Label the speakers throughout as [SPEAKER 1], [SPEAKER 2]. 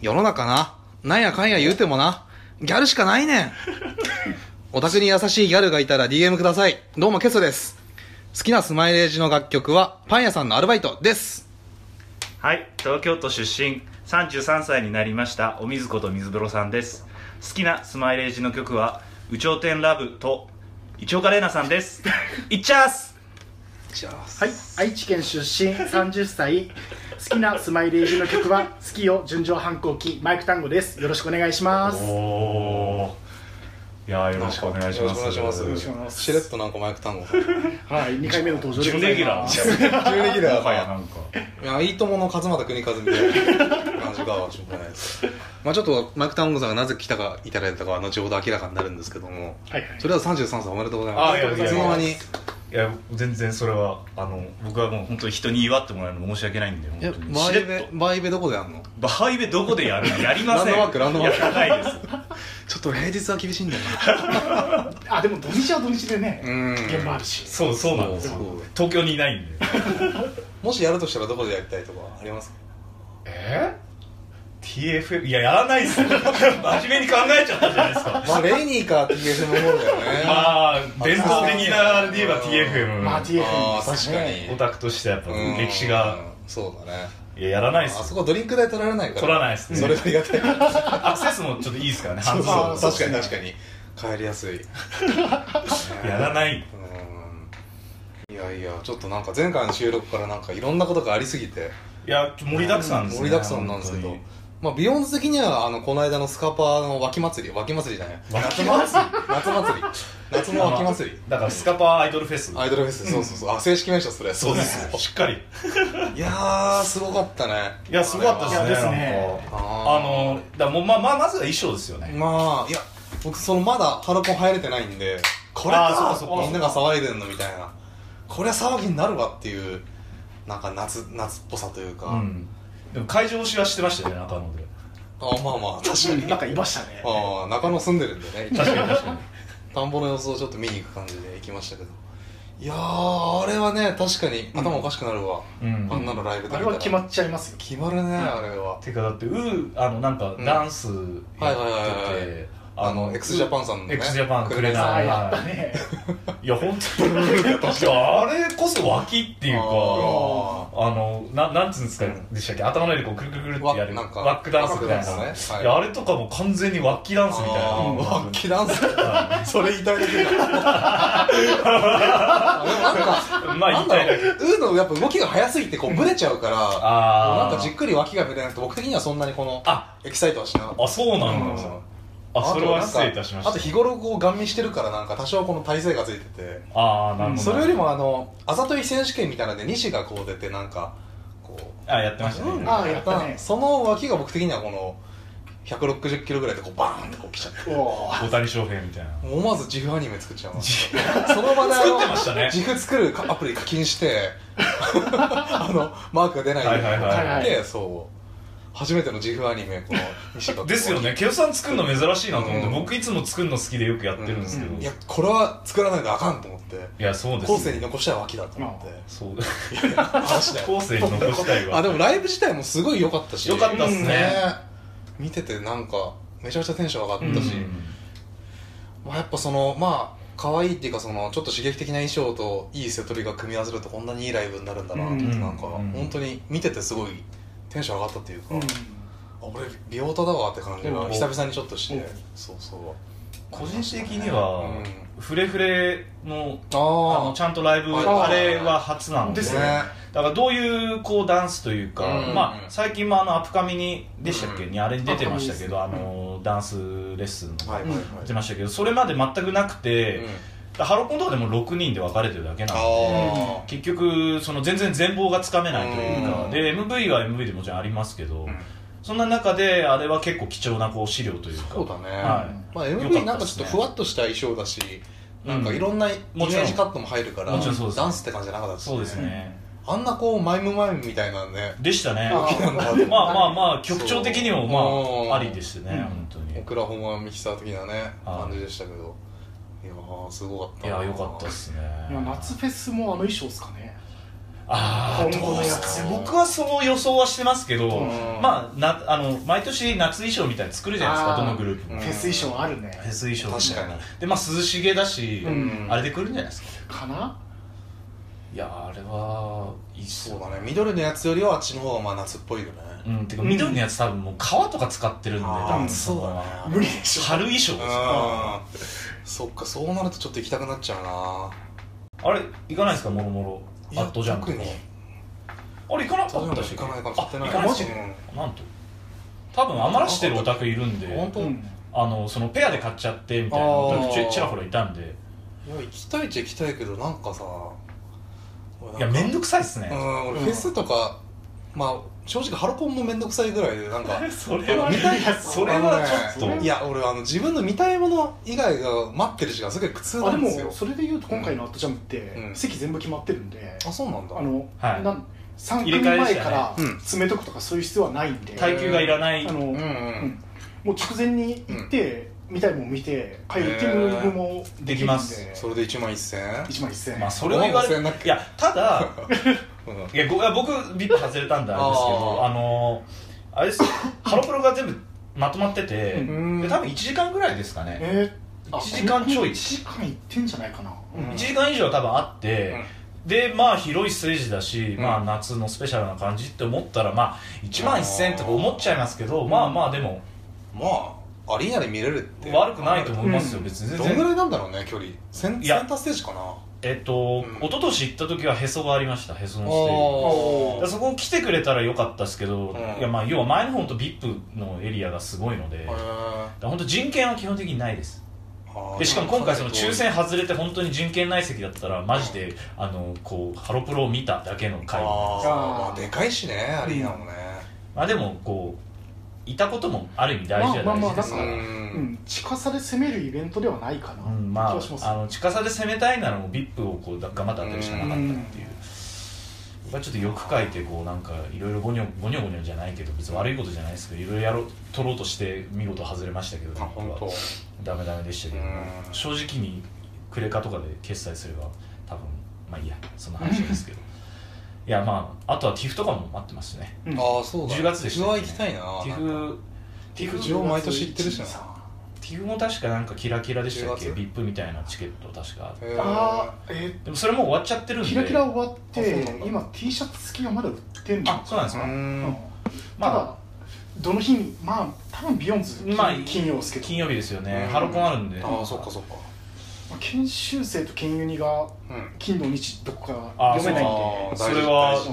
[SPEAKER 1] 世の中な、なんやかんや言うてもな、ギャルしかない ねん。お宅に優しいギャルがいたら DM ください。どうもケソです。好きなスマイレージの楽曲は、パン屋さんのアルバイトです。
[SPEAKER 2] はい東京都出身33歳になりましたお水子と水風呂さんです好きなスマイレージの曲は「有頂天ラブ」と「イチョカレーナさん ですいっちゃーす
[SPEAKER 1] じゃあ、
[SPEAKER 3] はい、愛知県出身30歳好きなスマイレージの曲は「好きよ純情反抗期」マイク単語ですよろしくお願いします
[SPEAKER 2] おおいやーよろしくお願いします
[SPEAKER 1] よろしくお願いします。
[SPEAKER 3] ろしくお願いします
[SPEAKER 1] しれっとなんかマイク単語。
[SPEAKER 3] はい2回目の登場でご
[SPEAKER 2] 準
[SPEAKER 3] ざ
[SPEAKER 2] レ
[SPEAKER 3] い
[SPEAKER 2] ギュラ
[SPEAKER 3] ま
[SPEAKER 2] ー
[SPEAKER 3] す
[SPEAKER 2] じゃん
[SPEAKER 1] 準レギュラー
[SPEAKER 2] もはやなんか
[SPEAKER 1] いや、いいともの勝俣国和みたいな感じかはしょうがないです。まあちょっと、マイク・タウンゴさんがなぜ来たか、いただいたかは後ほど明らかになるんですけども、
[SPEAKER 3] はいはい
[SPEAKER 1] とりあえず33歳おめでとうございます。
[SPEAKER 2] あありがとうございます
[SPEAKER 1] いつ
[SPEAKER 2] いや全然それはあの僕はもう本当に人に祝ってもらえるの申し訳ないんで本当
[SPEAKER 1] の間に、
[SPEAKER 2] に
[SPEAKER 1] え、バ
[SPEAKER 2] し
[SPEAKER 1] イ
[SPEAKER 2] れっ
[SPEAKER 1] ベ
[SPEAKER 2] と、
[SPEAKER 1] バイベどこでやんの
[SPEAKER 2] バイベどこでやるのやりませ
[SPEAKER 1] ラ
[SPEAKER 2] ん
[SPEAKER 1] ンドマークランドマーク
[SPEAKER 2] いや高いです
[SPEAKER 1] ちょっと平日は厳しいんだよ
[SPEAKER 3] あでも土日は土日でね
[SPEAKER 1] うん
[SPEAKER 3] 現場ある し
[SPEAKER 2] そうそうなん
[SPEAKER 1] な。
[SPEAKER 2] ですよ
[SPEAKER 1] そう
[SPEAKER 2] 東京にいないんで
[SPEAKER 1] もしやるとしたらどこでやりたいとかあります か
[SPEAKER 2] え TFM いややらないっすよ 真面目に考えちゃったじゃないですか
[SPEAKER 1] まあ、レイニーか TFM の方だよね。
[SPEAKER 2] まあ伝統的なあれで言えば TFM
[SPEAKER 3] まあ TFM
[SPEAKER 1] あー
[SPEAKER 3] ですね
[SPEAKER 2] オタクとしてやっぱ
[SPEAKER 1] うん
[SPEAKER 2] 歴史が
[SPEAKER 1] そうだね。
[SPEAKER 2] いややらないっ
[SPEAKER 1] あ
[SPEAKER 2] す
[SPEAKER 1] そ
[SPEAKER 2] よ
[SPEAKER 1] こドリンク代取られないから。
[SPEAKER 2] 取らないっすね
[SPEAKER 1] それがありが たい。
[SPEAKER 2] アクセスもちょっといいっすからね
[SPEAKER 1] そう
[SPEAKER 2] 半
[SPEAKER 1] そ
[SPEAKER 2] 蔵
[SPEAKER 1] う
[SPEAKER 3] そう
[SPEAKER 1] 確かに確かに帰りやすい
[SPEAKER 2] やらないう
[SPEAKER 1] ーんいやいやちょっとなんか前回の収録からなんかいろんなことがありすぎて
[SPEAKER 2] いや盛りだくさんですね
[SPEAKER 1] 盛りだくさんなんですけどまあビヨンズ的にはあのこの間のスカパーの脇祭り脇祭りじ ゃない
[SPEAKER 2] 脇祭り
[SPEAKER 1] 夏祭り夏祭り夏の脇祭り
[SPEAKER 2] だからスカパーアイドルフェス
[SPEAKER 1] アイドルフェスそうそうそうあ正式名称それ
[SPEAKER 2] そうですしっかり
[SPEAKER 1] いやーすごかったね
[SPEAKER 2] いやすごかったですね
[SPEAKER 3] いやですね
[SPEAKER 2] なんか
[SPEAKER 1] あ
[SPEAKER 2] あのだからもうまあまあまずは衣装ですよね
[SPEAKER 1] まあいや僕そのまだハロコン入れてないんでこれ
[SPEAKER 2] あ
[SPEAKER 1] か
[SPEAKER 2] ーそうかそうか
[SPEAKER 1] みんなが騒いでんのみたいなこれは騒ぎになるわっていうなんか夏夏っぽさというか、
[SPEAKER 2] うん、でも会場推しはしてましたよね中野で
[SPEAKER 1] あまあまあ確か
[SPEAKER 3] うん
[SPEAKER 1] に
[SPEAKER 3] なんかいましたね
[SPEAKER 1] ああ中野住んでるんでね
[SPEAKER 2] 確かに確かに
[SPEAKER 1] 田んぼの様子をちょっと見に行く感じで行きましたけどいやーあれはね確かに頭おかしくなるわ、
[SPEAKER 2] うん
[SPEAKER 1] あんなのライブで
[SPEAKER 3] あ
[SPEAKER 1] 見
[SPEAKER 3] れ
[SPEAKER 1] た
[SPEAKER 3] は
[SPEAKER 1] ら
[SPEAKER 3] 決まっちゃいますよ
[SPEAKER 1] 決まるね、あれは
[SPEAKER 2] てかだってうーあのなんか
[SPEAKER 1] ん
[SPEAKER 2] ダンス
[SPEAKER 1] は
[SPEAKER 2] や
[SPEAKER 1] いはいはい
[SPEAKER 2] っ
[SPEAKER 1] はい
[SPEAKER 2] てて
[SPEAKER 1] あの x ジャパンさんのね
[SPEAKER 2] x ジャパンくれ
[SPEAKER 1] あ
[SPEAKER 2] な
[SPEAKER 3] あ
[SPEAKER 2] い
[SPEAKER 3] やったね
[SPEAKER 2] いや本当に いやあれこそ脇っていうか
[SPEAKER 1] あ
[SPEAKER 2] あのななんつうんですかでしたっけ頭の上でこうくるくるくるってやる
[SPEAKER 1] わなんか
[SPEAKER 2] ワックダンスみたいな、
[SPEAKER 1] ワックダンスねはい
[SPEAKER 2] いやあれとかも完全にワッキダンスみたいな
[SPEAKER 1] あーワッキダンス
[SPEAKER 2] は
[SPEAKER 1] それ言いたいだけだでもなんか
[SPEAKER 2] い まあ
[SPEAKER 1] なん
[SPEAKER 2] 言い
[SPEAKER 1] だ
[SPEAKER 2] たいだ
[SPEAKER 1] ろ
[SPEAKER 2] け
[SPEAKER 1] うウーのやっぱ動きが速すぎてこうブレちゃうから
[SPEAKER 2] あ
[SPEAKER 1] な
[SPEAKER 2] ー
[SPEAKER 1] んかじっくり脇が触れなくて僕的にはそんなにこの
[SPEAKER 2] あ
[SPEAKER 1] エキサイトはしなかった
[SPEAKER 2] あそうなん
[SPEAKER 1] う
[SPEAKER 2] だ、
[SPEAKER 1] ん
[SPEAKER 2] あそれは
[SPEAKER 1] あとなんか
[SPEAKER 2] 失礼いたしました
[SPEAKER 1] あと日頃こうガン見してるからなんか多少この体勢がついてて
[SPEAKER 2] ああなるほど
[SPEAKER 1] それよりもあのあざとい選手権みたいなので西がこう出てなんかこう
[SPEAKER 2] あやってましたね、
[SPEAKER 1] うん
[SPEAKER 3] あーやったね
[SPEAKER 1] その脇が僕的にはこの160キロぐらいでこうバーンってこう来ちゃって
[SPEAKER 3] おー
[SPEAKER 2] 大谷翔平みたいな
[SPEAKER 1] 思わず自負アニメ作っちゃうわその場であの
[SPEAKER 2] 作ってましたね
[SPEAKER 1] 自負作るアプリ課金して あのマークが出ないように
[SPEAKER 2] はいはい
[SPEAKER 3] はいはい
[SPEAKER 1] でそう初めての自負アニメこの西が
[SPEAKER 2] ですよねケオさん作るの珍しいなと思って、
[SPEAKER 1] うん
[SPEAKER 2] 僕いつも作るの好きでよくやってるんですけど、
[SPEAKER 3] うん
[SPEAKER 1] い
[SPEAKER 2] い
[SPEAKER 1] やこれは作らないとあかんと思って
[SPEAKER 2] やそうです
[SPEAKER 1] 後世に残したい脇だと思って
[SPEAKER 2] そう
[SPEAKER 1] 話だよ
[SPEAKER 2] 後世に残したい わ
[SPEAKER 1] あでもライブ自体もすごい良かったし
[SPEAKER 2] 良かったっすね
[SPEAKER 1] 見ててなんかめちゃめちゃテンション上がっ
[SPEAKER 2] うん
[SPEAKER 1] たし、まあ、やっぱそのまあ可愛いっていうかそのちょっと刺激的な衣装といいセトリが組み合わせるとこんなにいいライブになるんだなと、
[SPEAKER 3] うん
[SPEAKER 1] なんか
[SPEAKER 2] うん
[SPEAKER 1] 本当に見ててすごいテンション上がったっていうか、
[SPEAKER 3] うん
[SPEAKER 1] あ俺美容家だわって感じ
[SPEAKER 3] う
[SPEAKER 1] が
[SPEAKER 3] ん
[SPEAKER 1] 久々にちょっとして、
[SPEAKER 3] うん
[SPEAKER 1] そうそう
[SPEAKER 2] 個人的には、
[SPEAKER 1] う
[SPEAKER 2] フレフレのあ
[SPEAKER 1] あ
[SPEAKER 2] のちゃんとライブ
[SPEAKER 1] はい
[SPEAKER 2] あれは初なので
[SPEAKER 3] です
[SPEAKER 1] ね
[SPEAKER 2] だからどういうこうダンスというか、
[SPEAKER 1] うん
[SPEAKER 2] まあ、最近もあのアップカミにでしたっけ、
[SPEAKER 1] うん
[SPEAKER 2] にあれに出てましたけど、
[SPEAKER 3] ア
[SPEAKER 2] あ
[SPEAKER 3] ップカミ
[SPEAKER 2] のダンスレッスンの、
[SPEAKER 1] はいはいはい、
[SPEAKER 2] 出てましたけどそれまで全くなくて、
[SPEAKER 1] うん
[SPEAKER 2] ハロコンとかでも6人で分かれてるだけな
[SPEAKER 1] あ
[SPEAKER 2] んで
[SPEAKER 1] ー
[SPEAKER 2] 結局その全然全貌がつかめないというか、
[SPEAKER 1] うん
[SPEAKER 2] で MV は MV でもちろんありますけど、
[SPEAKER 1] うん
[SPEAKER 2] そんな中であれは結構貴重なこう資料というか
[SPEAKER 1] そうだね、
[SPEAKER 2] は
[SPEAKER 1] まあ、
[SPEAKER 2] よかったです
[SPEAKER 1] MV
[SPEAKER 2] ね
[SPEAKER 1] なんかちょっとふわっとした衣装だし、なんかいろんなイメ
[SPEAKER 2] もちろん
[SPEAKER 1] ージカットも入るから
[SPEAKER 2] もちろんそうです
[SPEAKER 1] ダンスって感じじゃなかった
[SPEAKER 2] そうですね、
[SPEAKER 1] あんなこうマイムマイムみたいなね
[SPEAKER 2] でしたね
[SPEAKER 3] あ
[SPEAKER 1] 動きなんだと
[SPEAKER 2] まあまあまあ曲調的にも
[SPEAKER 1] そう
[SPEAKER 2] まあありですね、
[SPEAKER 3] うん
[SPEAKER 2] 本当に
[SPEAKER 1] オクラホマミキサー的なね
[SPEAKER 2] はい
[SPEAKER 1] 感じでしたけどいやーすごかった
[SPEAKER 2] いやよかったですね
[SPEAKER 3] いや夏フェスもあの衣装ですかね
[SPEAKER 2] あー
[SPEAKER 3] 今後のやつ
[SPEAKER 2] どうす僕はその予想はしてますけど、
[SPEAKER 3] ん
[SPEAKER 2] まあなあの毎年夏衣装みたいに作るじゃないですか
[SPEAKER 3] あー
[SPEAKER 2] どのグループも、
[SPEAKER 1] うん
[SPEAKER 2] フ
[SPEAKER 3] フェス衣装あるね
[SPEAKER 2] ェス衣装みたいな
[SPEAKER 1] 確か
[SPEAKER 2] でまあ涼しげだし、
[SPEAKER 3] うん
[SPEAKER 2] あれで来るんじゃないですか
[SPEAKER 3] かない
[SPEAKER 2] やーあれはいいっす
[SPEAKER 1] そう
[SPEAKER 2] よ
[SPEAKER 1] だね緑のやつよりはあっちの方がまあ夏っぽいよね
[SPEAKER 2] うん、てか緑のやつ多分もう革とか使ってるんで、
[SPEAKER 1] あー
[SPEAKER 2] 多分その
[SPEAKER 1] そうだね
[SPEAKER 3] 無理でしょ
[SPEAKER 2] 春衣装です
[SPEAKER 1] ああそっかそうなるとちょっと行きたくなっちゃうな
[SPEAKER 2] あれ行かないですかもろもろアットジャンク
[SPEAKER 1] いや特に
[SPEAKER 2] あれ行かなか
[SPEAKER 1] 行
[SPEAKER 2] ったっけ
[SPEAKER 1] かないから買ってない
[SPEAKER 2] あ行かないっす
[SPEAKER 1] うん
[SPEAKER 2] なんと多分余らしてるオタクいるんで
[SPEAKER 1] 本当、
[SPEAKER 3] う
[SPEAKER 1] い
[SPEAKER 3] ん
[SPEAKER 2] あのそのペアで買っちゃってみたいなオタクち
[SPEAKER 1] あー
[SPEAKER 2] ちらほらいたんで
[SPEAKER 1] や行きたいっちゃ行きたいけどなんかさ
[SPEAKER 2] いや面倒くさいっすね
[SPEAKER 1] う、ん俺フェスとか、まあ正直ハロコンも面倒くさいぐらいでなんか
[SPEAKER 2] それは見たい
[SPEAKER 3] いや
[SPEAKER 2] それはち
[SPEAKER 1] あ
[SPEAKER 2] ょっ
[SPEAKER 1] の
[SPEAKER 2] と
[SPEAKER 1] ねいや俺あの自分の見たいもの以外が待ってる時間すごい苦痛な
[SPEAKER 3] あで
[SPEAKER 1] んですよ
[SPEAKER 3] もそれで言うと今回の「アットジャム」っ
[SPEAKER 1] う
[SPEAKER 3] て
[SPEAKER 1] ん
[SPEAKER 3] 席全部決まってるんで
[SPEAKER 1] あそうなんだ
[SPEAKER 3] あの
[SPEAKER 2] はい
[SPEAKER 3] なん3
[SPEAKER 2] 入
[SPEAKER 3] 組
[SPEAKER 2] れ替えでし
[SPEAKER 3] 前
[SPEAKER 2] たね
[SPEAKER 3] から
[SPEAKER 1] うん
[SPEAKER 3] 詰めとくとかそういう必要はないんで
[SPEAKER 2] 耐久がいらない
[SPEAKER 3] あの
[SPEAKER 1] うんうん、
[SPEAKER 3] うんもう直前に行って見たいもん見て帰っ
[SPEAKER 1] へ
[SPEAKER 3] て
[SPEAKER 1] ー
[SPEAKER 3] ムーブも
[SPEAKER 2] できます
[SPEAKER 1] それで1万1000円
[SPEAKER 3] 1万1000円
[SPEAKER 2] まあそれを言われ
[SPEAKER 1] 5,000だっけ
[SPEAKER 2] いやただ
[SPEAKER 1] うん
[SPEAKER 2] いやごあ僕ビップ外れたんであれですけど
[SPEAKER 1] あー
[SPEAKER 2] あのあれですハロプロが全部まとまっててで
[SPEAKER 1] うん
[SPEAKER 2] 多分1時間ぐらいですかね
[SPEAKER 3] えーあ
[SPEAKER 2] 一時間ちょい
[SPEAKER 3] 1時間いってんじゃないかな
[SPEAKER 1] うん
[SPEAKER 2] 1時間以上は多分あってでまあ広いステージだし、
[SPEAKER 1] うん
[SPEAKER 2] まあ、夏のスペシャルな感じって思ったらまあ1万1000円とか思っちゃいますけど
[SPEAKER 3] ん
[SPEAKER 2] まあまあでも
[SPEAKER 1] まあアリーナで見れるって
[SPEAKER 2] 悪くないと思いますよ、
[SPEAKER 3] うん
[SPEAKER 2] 別に全
[SPEAKER 1] どんぐ
[SPEAKER 2] 然
[SPEAKER 1] らいなんだろうね距離セン
[SPEAKER 2] いや
[SPEAKER 1] センターステージかな
[SPEAKER 2] えっと、
[SPEAKER 1] うん
[SPEAKER 2] 一昨年行った時はへそがありましたへそ
[SPEAKER 1] お
[SPEAKER 2] のステージだ
[SPEAKER 1] ー
[SPEAKER 2] からそこ来てくれたらよかったですけど、
[SPEAKER 1] ん
[SPEAKER 2] いやまあ要は前の方と VIP のエリアがすごいので、
[SPEAKER 1] へー
[SPEAKER 2] だから本当人権は基本的にないです
[SPEAKER 1] あー
[SPEAKER 2] でしかも今回その抽選外れて本当に人権内席だったらマジであのこうハロプロを見ただけの回
[SPEAKER 1] あーまあ
[SPEAKER 3] あー
[SPEAKER 1] でかいしねアリーナもね
[SPEAKER 2] まあでもこういたこともある意味大事は
[SPEAKER 3] まあ
[SPEAKER 2] 大
[SPEAKER 3] まあ
[SPEAKER 2] 事ですか
[SPEAKER 1] う
[SPEAKER 2] ら、
[SPEAKER 3] まあ
[SPEAKER 1] ん
[SPEAKER 3] 近さで攻めるイベントではないかな、
[SPEAKER 2] うんま
[SPEAKER 3] 気
[SPEAKER 2] あ
[SPEAKER 3] はします
[SPEAKER 2] あの近さで攻めたいならもう VIP をこう頑張って当てるしかなかったっていう僕はちょっと欲書いてこうなんかいろいろゴニョゴニョゴニョじゃないけど別に悪いことじゃないですけどいろいろやろう取ろうとして見事外れましたけど
[SPEAKER 1] あ本当。
[SPEAKER 2] ダメダメでしたけど、
[SPEAKER 1] うん
[SPEAKER 2] 正直にクレカとかで決済すれば多分まあいいやそんな話です けどいやまああとは TIFF とかも待ってますね
[SPEAKER 3] うん
[SPEAKER 1] ああそうだ
[SPEAKER 2] 10月でした
[SPEAKER 1] う
[SPEAKER 2] よ
[SPEAKER 1] わ
[SPEAKER 2] ね
[SPEAKER 1] 行きたいな
[SPEAKER 2] TIFF
[SPEAKER 1] ティフ上毎年行ってるしな
[SPEAKER 2] フも確かなんかキラキラでしたっけ
[SPEAKER 1] 10月
[SPEAKER 2] VIP みたいなチケット確か
[SPEAKER 1] へー
[SPEAKER 3] あーえ
[SPEAKER 2] でもそれもう終わっちゃってるん
[SPEAKER 3] ー
[SPEAKER 2] で
[SPEAKER 3] キラキラ終わっ
[SPEAKER 1] あそう
[SPEAKER 3] て
[SPEAKER 1] なんだ
[SPEAKER 3] 今 T シャツ付きがまだ売ってんの
[SPEAKER 2] あそうなんです
[SPEAKER 1] う
[SPEAKER 2] か、
[SPEAKER 3] うん
[SPEAKER 1] ん
[SPEAKER 2] ま
[SPEAKER 3] ま
[SPEAKER 2] あ
[SPEAKER 3] だどの日にまあ多分ビヨンズ、
[SPEAKER 2] まあ
[SPEAKER 3] 金曜ですけど
[SPEAKER 2] 金曜日ですよね、
[SPEAKER 1] うん
[SPEAKER 2] ハロコンあるんで
[SPEAKER 1] ああそっかそっか
[SPEAKER 3] まあ研修生と研ユニが
[SPEAKER 1] うん
[SPEAKER 3] 金土日どこか
[SPEAKER 2] あー
[SPEAKER 3] 読めないん
[SPEAKER 1] そう
[SPEAKER 3] で
[SPEAKER 1] か
[SPEAKER 2] それ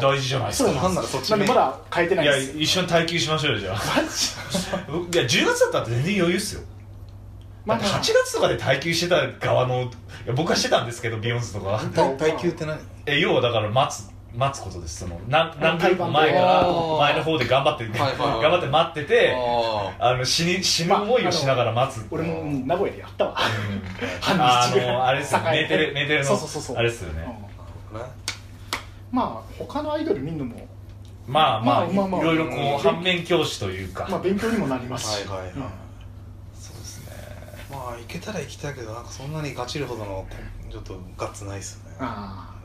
[SPEAKER 2] は大事じゃないです
[SPEAKER 3] そう
[SPEAKER 2] か
[SPEAKER 1] なんならそっち
[SPEAKER 3] なん
[SPEAKER 1] ね
[SPEAKER 3] でまだ変えてないい
[SPEAKER 2] や
[SPEAKER 3] です
[SPEAKER 2] 一緒に耐久しましょうよじゃあ
[SPEAKER 3] マ ジ
[SPEAKER 2] いや10月だったら全然余裕っすよだ
[SPEAKER 3] ま
[SPEAKER 2] っ
[SPEAKER 3] あ
[SPEAKER 2] て8月と かで耐久してた側のいや僕はしてたんですけどビヨンズとかは
[SPEAKER 1] た耐久って何
[SPEAKER 2] え要はだから待つ待つことですその何何回
[SPEAKER 3] 対
[SPEAKER 2] も
[SPEAKER 3] バン
[SPEAKER 2] 前から
[SPEAKER 1] あー
[SPEAKER 2] 前の方で頑張って、
[SPEAKER 1] はいはいはい
[SPEAKER 2] 頑張って待ってて
[SPEAKER 1] あ
[SPEAKER 2] あの死に死ぬ思いをしながら待つ、
[SPEAKER 3] 俺もうん名古屋でやったわ
[SPEAKER 2] うん
[SPEAKER 3] 半
[SPEAKER 2] あ
[SPEAKER 3] 日ぐらい
[SPEAKER 2] のあれ ですよ
[SPEAKER 3] 栄
[SPEAKER 2] メ
[SPEAKER 3] え
[SPEAKER 2] ーテレメーテレの
[SPEAKER 3] そうそうそうそう
[SPEAKER 2] あれですよ
[SPEAKER 3] う
[SPEAKER 2] ね
[SPEAKER 3] ん
[SPEAKER 1] あなるほどね
[SPEAKER 3] まあ他のアイドル見るのも
[SPEAKER 2] まあまあ、
[SPEAKER 3] まあまあまあ
[SPEAKER 2] いろいろこう
[SPEAKER 3] うん
[SPEAKER 2] 反面教師というか、
[SPEAKER 3] まあ勉強にもなります
[SPEAKER 1] はい
[SPEAKER 3] し
[SPEAKER 1] はいはい
[SPEAKER 3] うん
[SPEAKER 2] そうですね
[SPEAKER 1] まあ行けたら行きたいけどなんかそんなにガチるほどのちょっとガッツないっすね
[SPEAKER 3] あ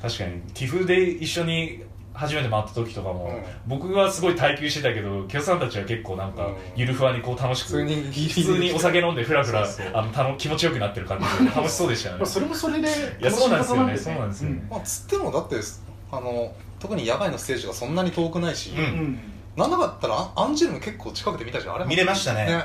[SPEAKER 2] 確かに TIFF で一緒に初めて回った時とかも、
[SPEAKER 1] うん
[SPEAKER 2] 僕はすごい耐久してたけどキョさんたちは結構なんか
[SPEAKER 1] うん
[SPEAKER 2] ゆるふわにこう楽し
[SPEAKER 1] 普
[SPEAKER 2] く、
[SPEAKER 1] 通にギリギ
[SPEAKER 2] 普
[SPEAKER 1] リ
[SPEAKER 2] 通にお酒飲んでふらふら
[SPEAKER 1] そうそう
[SPEAKER 2] あのたの気持ちよくなってる感じで楽しそうでしたよ
[SPEAKER 3] ー
[SPEAKER 2] ね
[SPEAKER 3] まあそれもそれで
[SPEAKER 2] いやそうなんですよね
[SPEAKER 3] 楽し
[SPEAKER 2] そう
[SPEAKER 3] み方
[SPEAKER 2] なんですよね、
[SPEAKER 1] まあつってもだってあの特に野外のステージがそんなに遠くないし、
[SPEAKER 2] うん
[SPEAKER 3] うん
[SPEAKER 1] なんなかったらアアンジェルも結構近くで見たじゃんあれ
[SPEAKER 2] 見れましたね
[SPEAKER 1] ね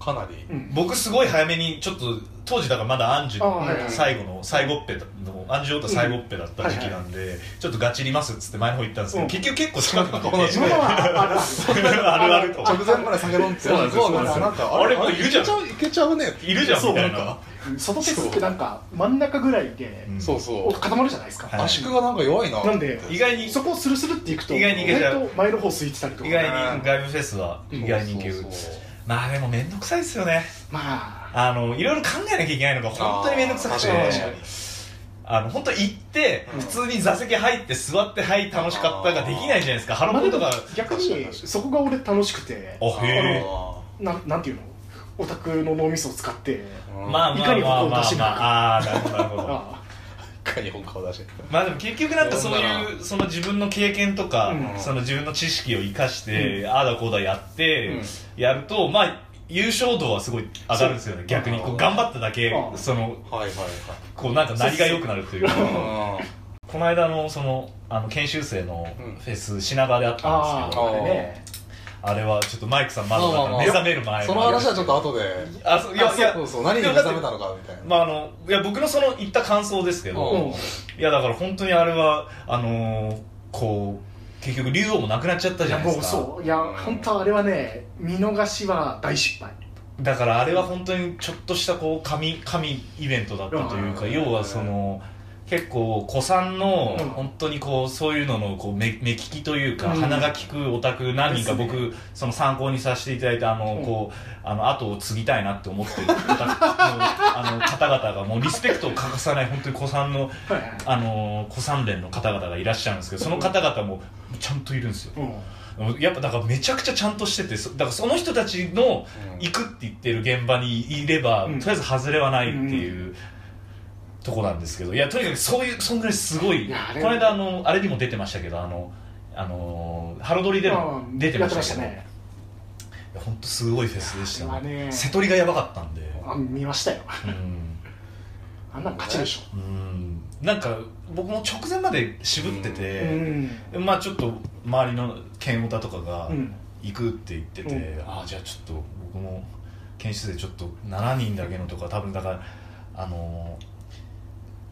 [SPEAKER 1] かなり、
[SPEAKER 3] うんう ん
[SPEAKER 2] 僕すごい早めにちょっと当時だからまだアンジュ
[SPEAKER 3] あはい
[SPEAKER 1] はい
[SPEAKER 2] 最後の最後っぺのアンジュオータ最後っぺだった時期なんで、ちょっとガチりますっつって前の方行ったんですけど、
[SPEAKER 3] うん
[SPEAKER 2] 結局結構近くまで
[SPEAKER 1] そう
[SPEAKER 3] 今のはあるある
[SPEAKER 2] あるあると
[SPEAKER 1] 直前まで酒飲んで
[SPEAKER 2] そうなんですよ
[SPEAKER 1] なんかなんか
[SPEAKER 2] あれもう
[SPEAKER 1] い
[SPEAKER 2] いるじゃん
[SPEAKER 1] いけちゃうね
[SPEAKER 2] いるじゃんみたいな
[SPEAKER 1] そうなんか
[SPEAKER 3] 外フェスってなんか真ん中ぐらいで
[SPEAKER 2] うん
[SPEAKER 1] そうそ
[SPEAKER 3] お
[SPEAKER 1] う
[SPEAKER 3] 固まるじゃないですか、
[SPEAKER 2] はい
[SPEAKER 1] 圧縮がなんか弱いな
[SPEAKER 3] なんで
[SPEAKER 2] 意外に
[SPEAKER 3] そこをスルスルっていくと
[SPEAKER 2] 意外にいけちゃう
[SPEAKER 3] 意外と前の方空いてたりとか
[SPEAKER 2] 意外に外部フェスは意外にいける
[SPEAKER 1] そうそうそう
[SPEAKER 2] まあでも面倒くさいですよね
[SPEAKER 3] まあ
[SPEAKER 2] あのいろいろ考えなきゃいけないのが本当に面倒くさくて
[SPEAKER 1] あー確かに
[SPEAKER 2] あの本当行って、
[SPEAKER 1] うん
[SPEAKER 2] 普通に座席入って座ってはい楽しかったができないじゃないですかハロ
[SPEAKER 3] まあ
[SPEAKER 2] プロ
[SPEAKER 3] で
[SPEAKER 2] と
[SPEAKER 3] も
[SPEAKER 2] か
[SPEAKER 3] 逆
[SPEAKER 1] 確かに
[SPEAKER 3] に
[SPEAKER 1] 確かに
[SPEAKER 3] そこが俺楽しくて
[SPEAKER 2] あへえ
[SPEAKER 3] ななんていうのオタクの脳みそを使って
[SPEAKER 1] あー
[SPEAKER 2] まあまあまあまあまあああーなるほどなるほど
[SPEAKER 3] ああ
[SPEAKER 1] かに本顔出して
[SPEAKER 2] まあでも結局なんかそう
[SPEAKER 1] そ
[SPEAKER 2] いうその自分の経験とか、その自分の知識を生かして、ああだこうだやって、やるとまあ優勝度はすごい上がるんですよね逆にこ
[SPEAKER 1] あ
[SPEAKER 2] う
[SPEAKER 1] ー
[SPEAKER 2] 頑張っただけ
[SPEAKER 3] あー
[SPEAKER 2] その
[SPEAKER 1] はいはい
[SPEAKER 2] こうなんかなりが良くなるというか
[SPEAKER 1] はい
[SPEAKER 2] この間のそのあの研修生の
[SPEAKER 1] うん
[SPEAKER 2] フェス品川であったんで
[SPEAKER 3] あ
[SPEAKER 2] すけ
[SPEAKER 3] あ
[SPEAKER 2] ど、
[SPEAKER 3] あれね
[SPEAKER 2] あれはちょっとマイクさんまだだから目覚める前
[SPEAKER 1] その話はちょっと後で
[SPEAKER 2] あそういやいや
[SPEAKER 1] そうそう何に目覚めたのかみたいな
[SPEAKER 2] まああのいや僕のその言った感想ですけど、
[SPEAKER 1] うん
[SPEAKER 2] いやだから本当にあれはあのーこう結局竜王もなくなっちゃった
[SPEAKER 3] い
[SPEAKER 2] じゃ
[SPEAKER 3] や
[SPEAKER 2] ないで
[SPEAKER 3] も
[SPEAKER 2] す
[SPEAKER 3] う
[SPEAKER 2] か
[SPEAKER 3] そういや本当あれはね見逃しは大失敗
[SPEAKER 2] だからあれは本当にちょっとしたこう神神イベントだったというか、
[SPEAKER 1] うん
[SPEAKER 2] 要はその結構古参の
[SPEAKER 3] うん
[SPEAKER 2] 本当にこうそういうののこう目目利きというか、
[SPEAKER 3] うん
[SPEAKER 2] 鼻が利くオタク何人か
[SPEAKER 3] です
[SPEAKER 2] 僕、その参考にさせていただいてあの、
[SPEAKER 3] うん
[SPEAKER 2] こうあの後を継ぎたいなって思ってる オタクのあの方々がもうリスペクトを欠かさない本当に古参の
[SPEAKER 3] はいはい
[SPEAKER 2] あの古参連の方々がいらっしゃるんですけどその方々もちゃんといるんですよ
[SPEAKER 3] うん
[SPEAKER 2] やっぱだからめちゃくちゃちゃんとしててそだからその人たちの
[SPEAKER 1] うん
[SPEAKER 2] 行くって言ってる現場にいれば、
[SPEAKER 3] うん
[SPEAKER 2] とりあえず外れはないっていう、とこなんですけどいやとにかくそういうそんぐらいすごい
[SPEAKER 3] いやあれ
[SPEAKER 2] この間あのあれにも出てましたけどあのあのハロドリでも
[SPEAKER 3] うん
[SPEAKER 2] 出てま
[SPEAKER 3] やって
[SPEAKER 2] し
[SPEAKER 3] ま
[SPEAKER 2] た
[SPEAKER 3] した
[SPEAKER 2] けど、
[SPEAKER 3] ね
[SPEAKER 2] 本当すごいフェスでした
[SPEAKER 3] あれはね
[SPEAKER 2] 瀬取りがやばかったんで
[SPEAKER 3] あ見ましたよ
[SPEAKER 2] うん
[SPEAKER 3] あんなの勝ちでし
[SPEAKER 2] うんなんか僕も直前まで渋って
[SPEAKER 3] ょ
[SPEAKER 2] て、
[SPEAKER 3] うん
[SPEAKER 2] まあちょっと周りの剣オタとかが
[SPEAKER 3] うん
[SPEAKER 2] 行くって言ってて、
[SPEAKER 3] う
[SPEAKER 2] ああじゃあちょっと僕も研修でちょっと7人だけのとか多分だからあのー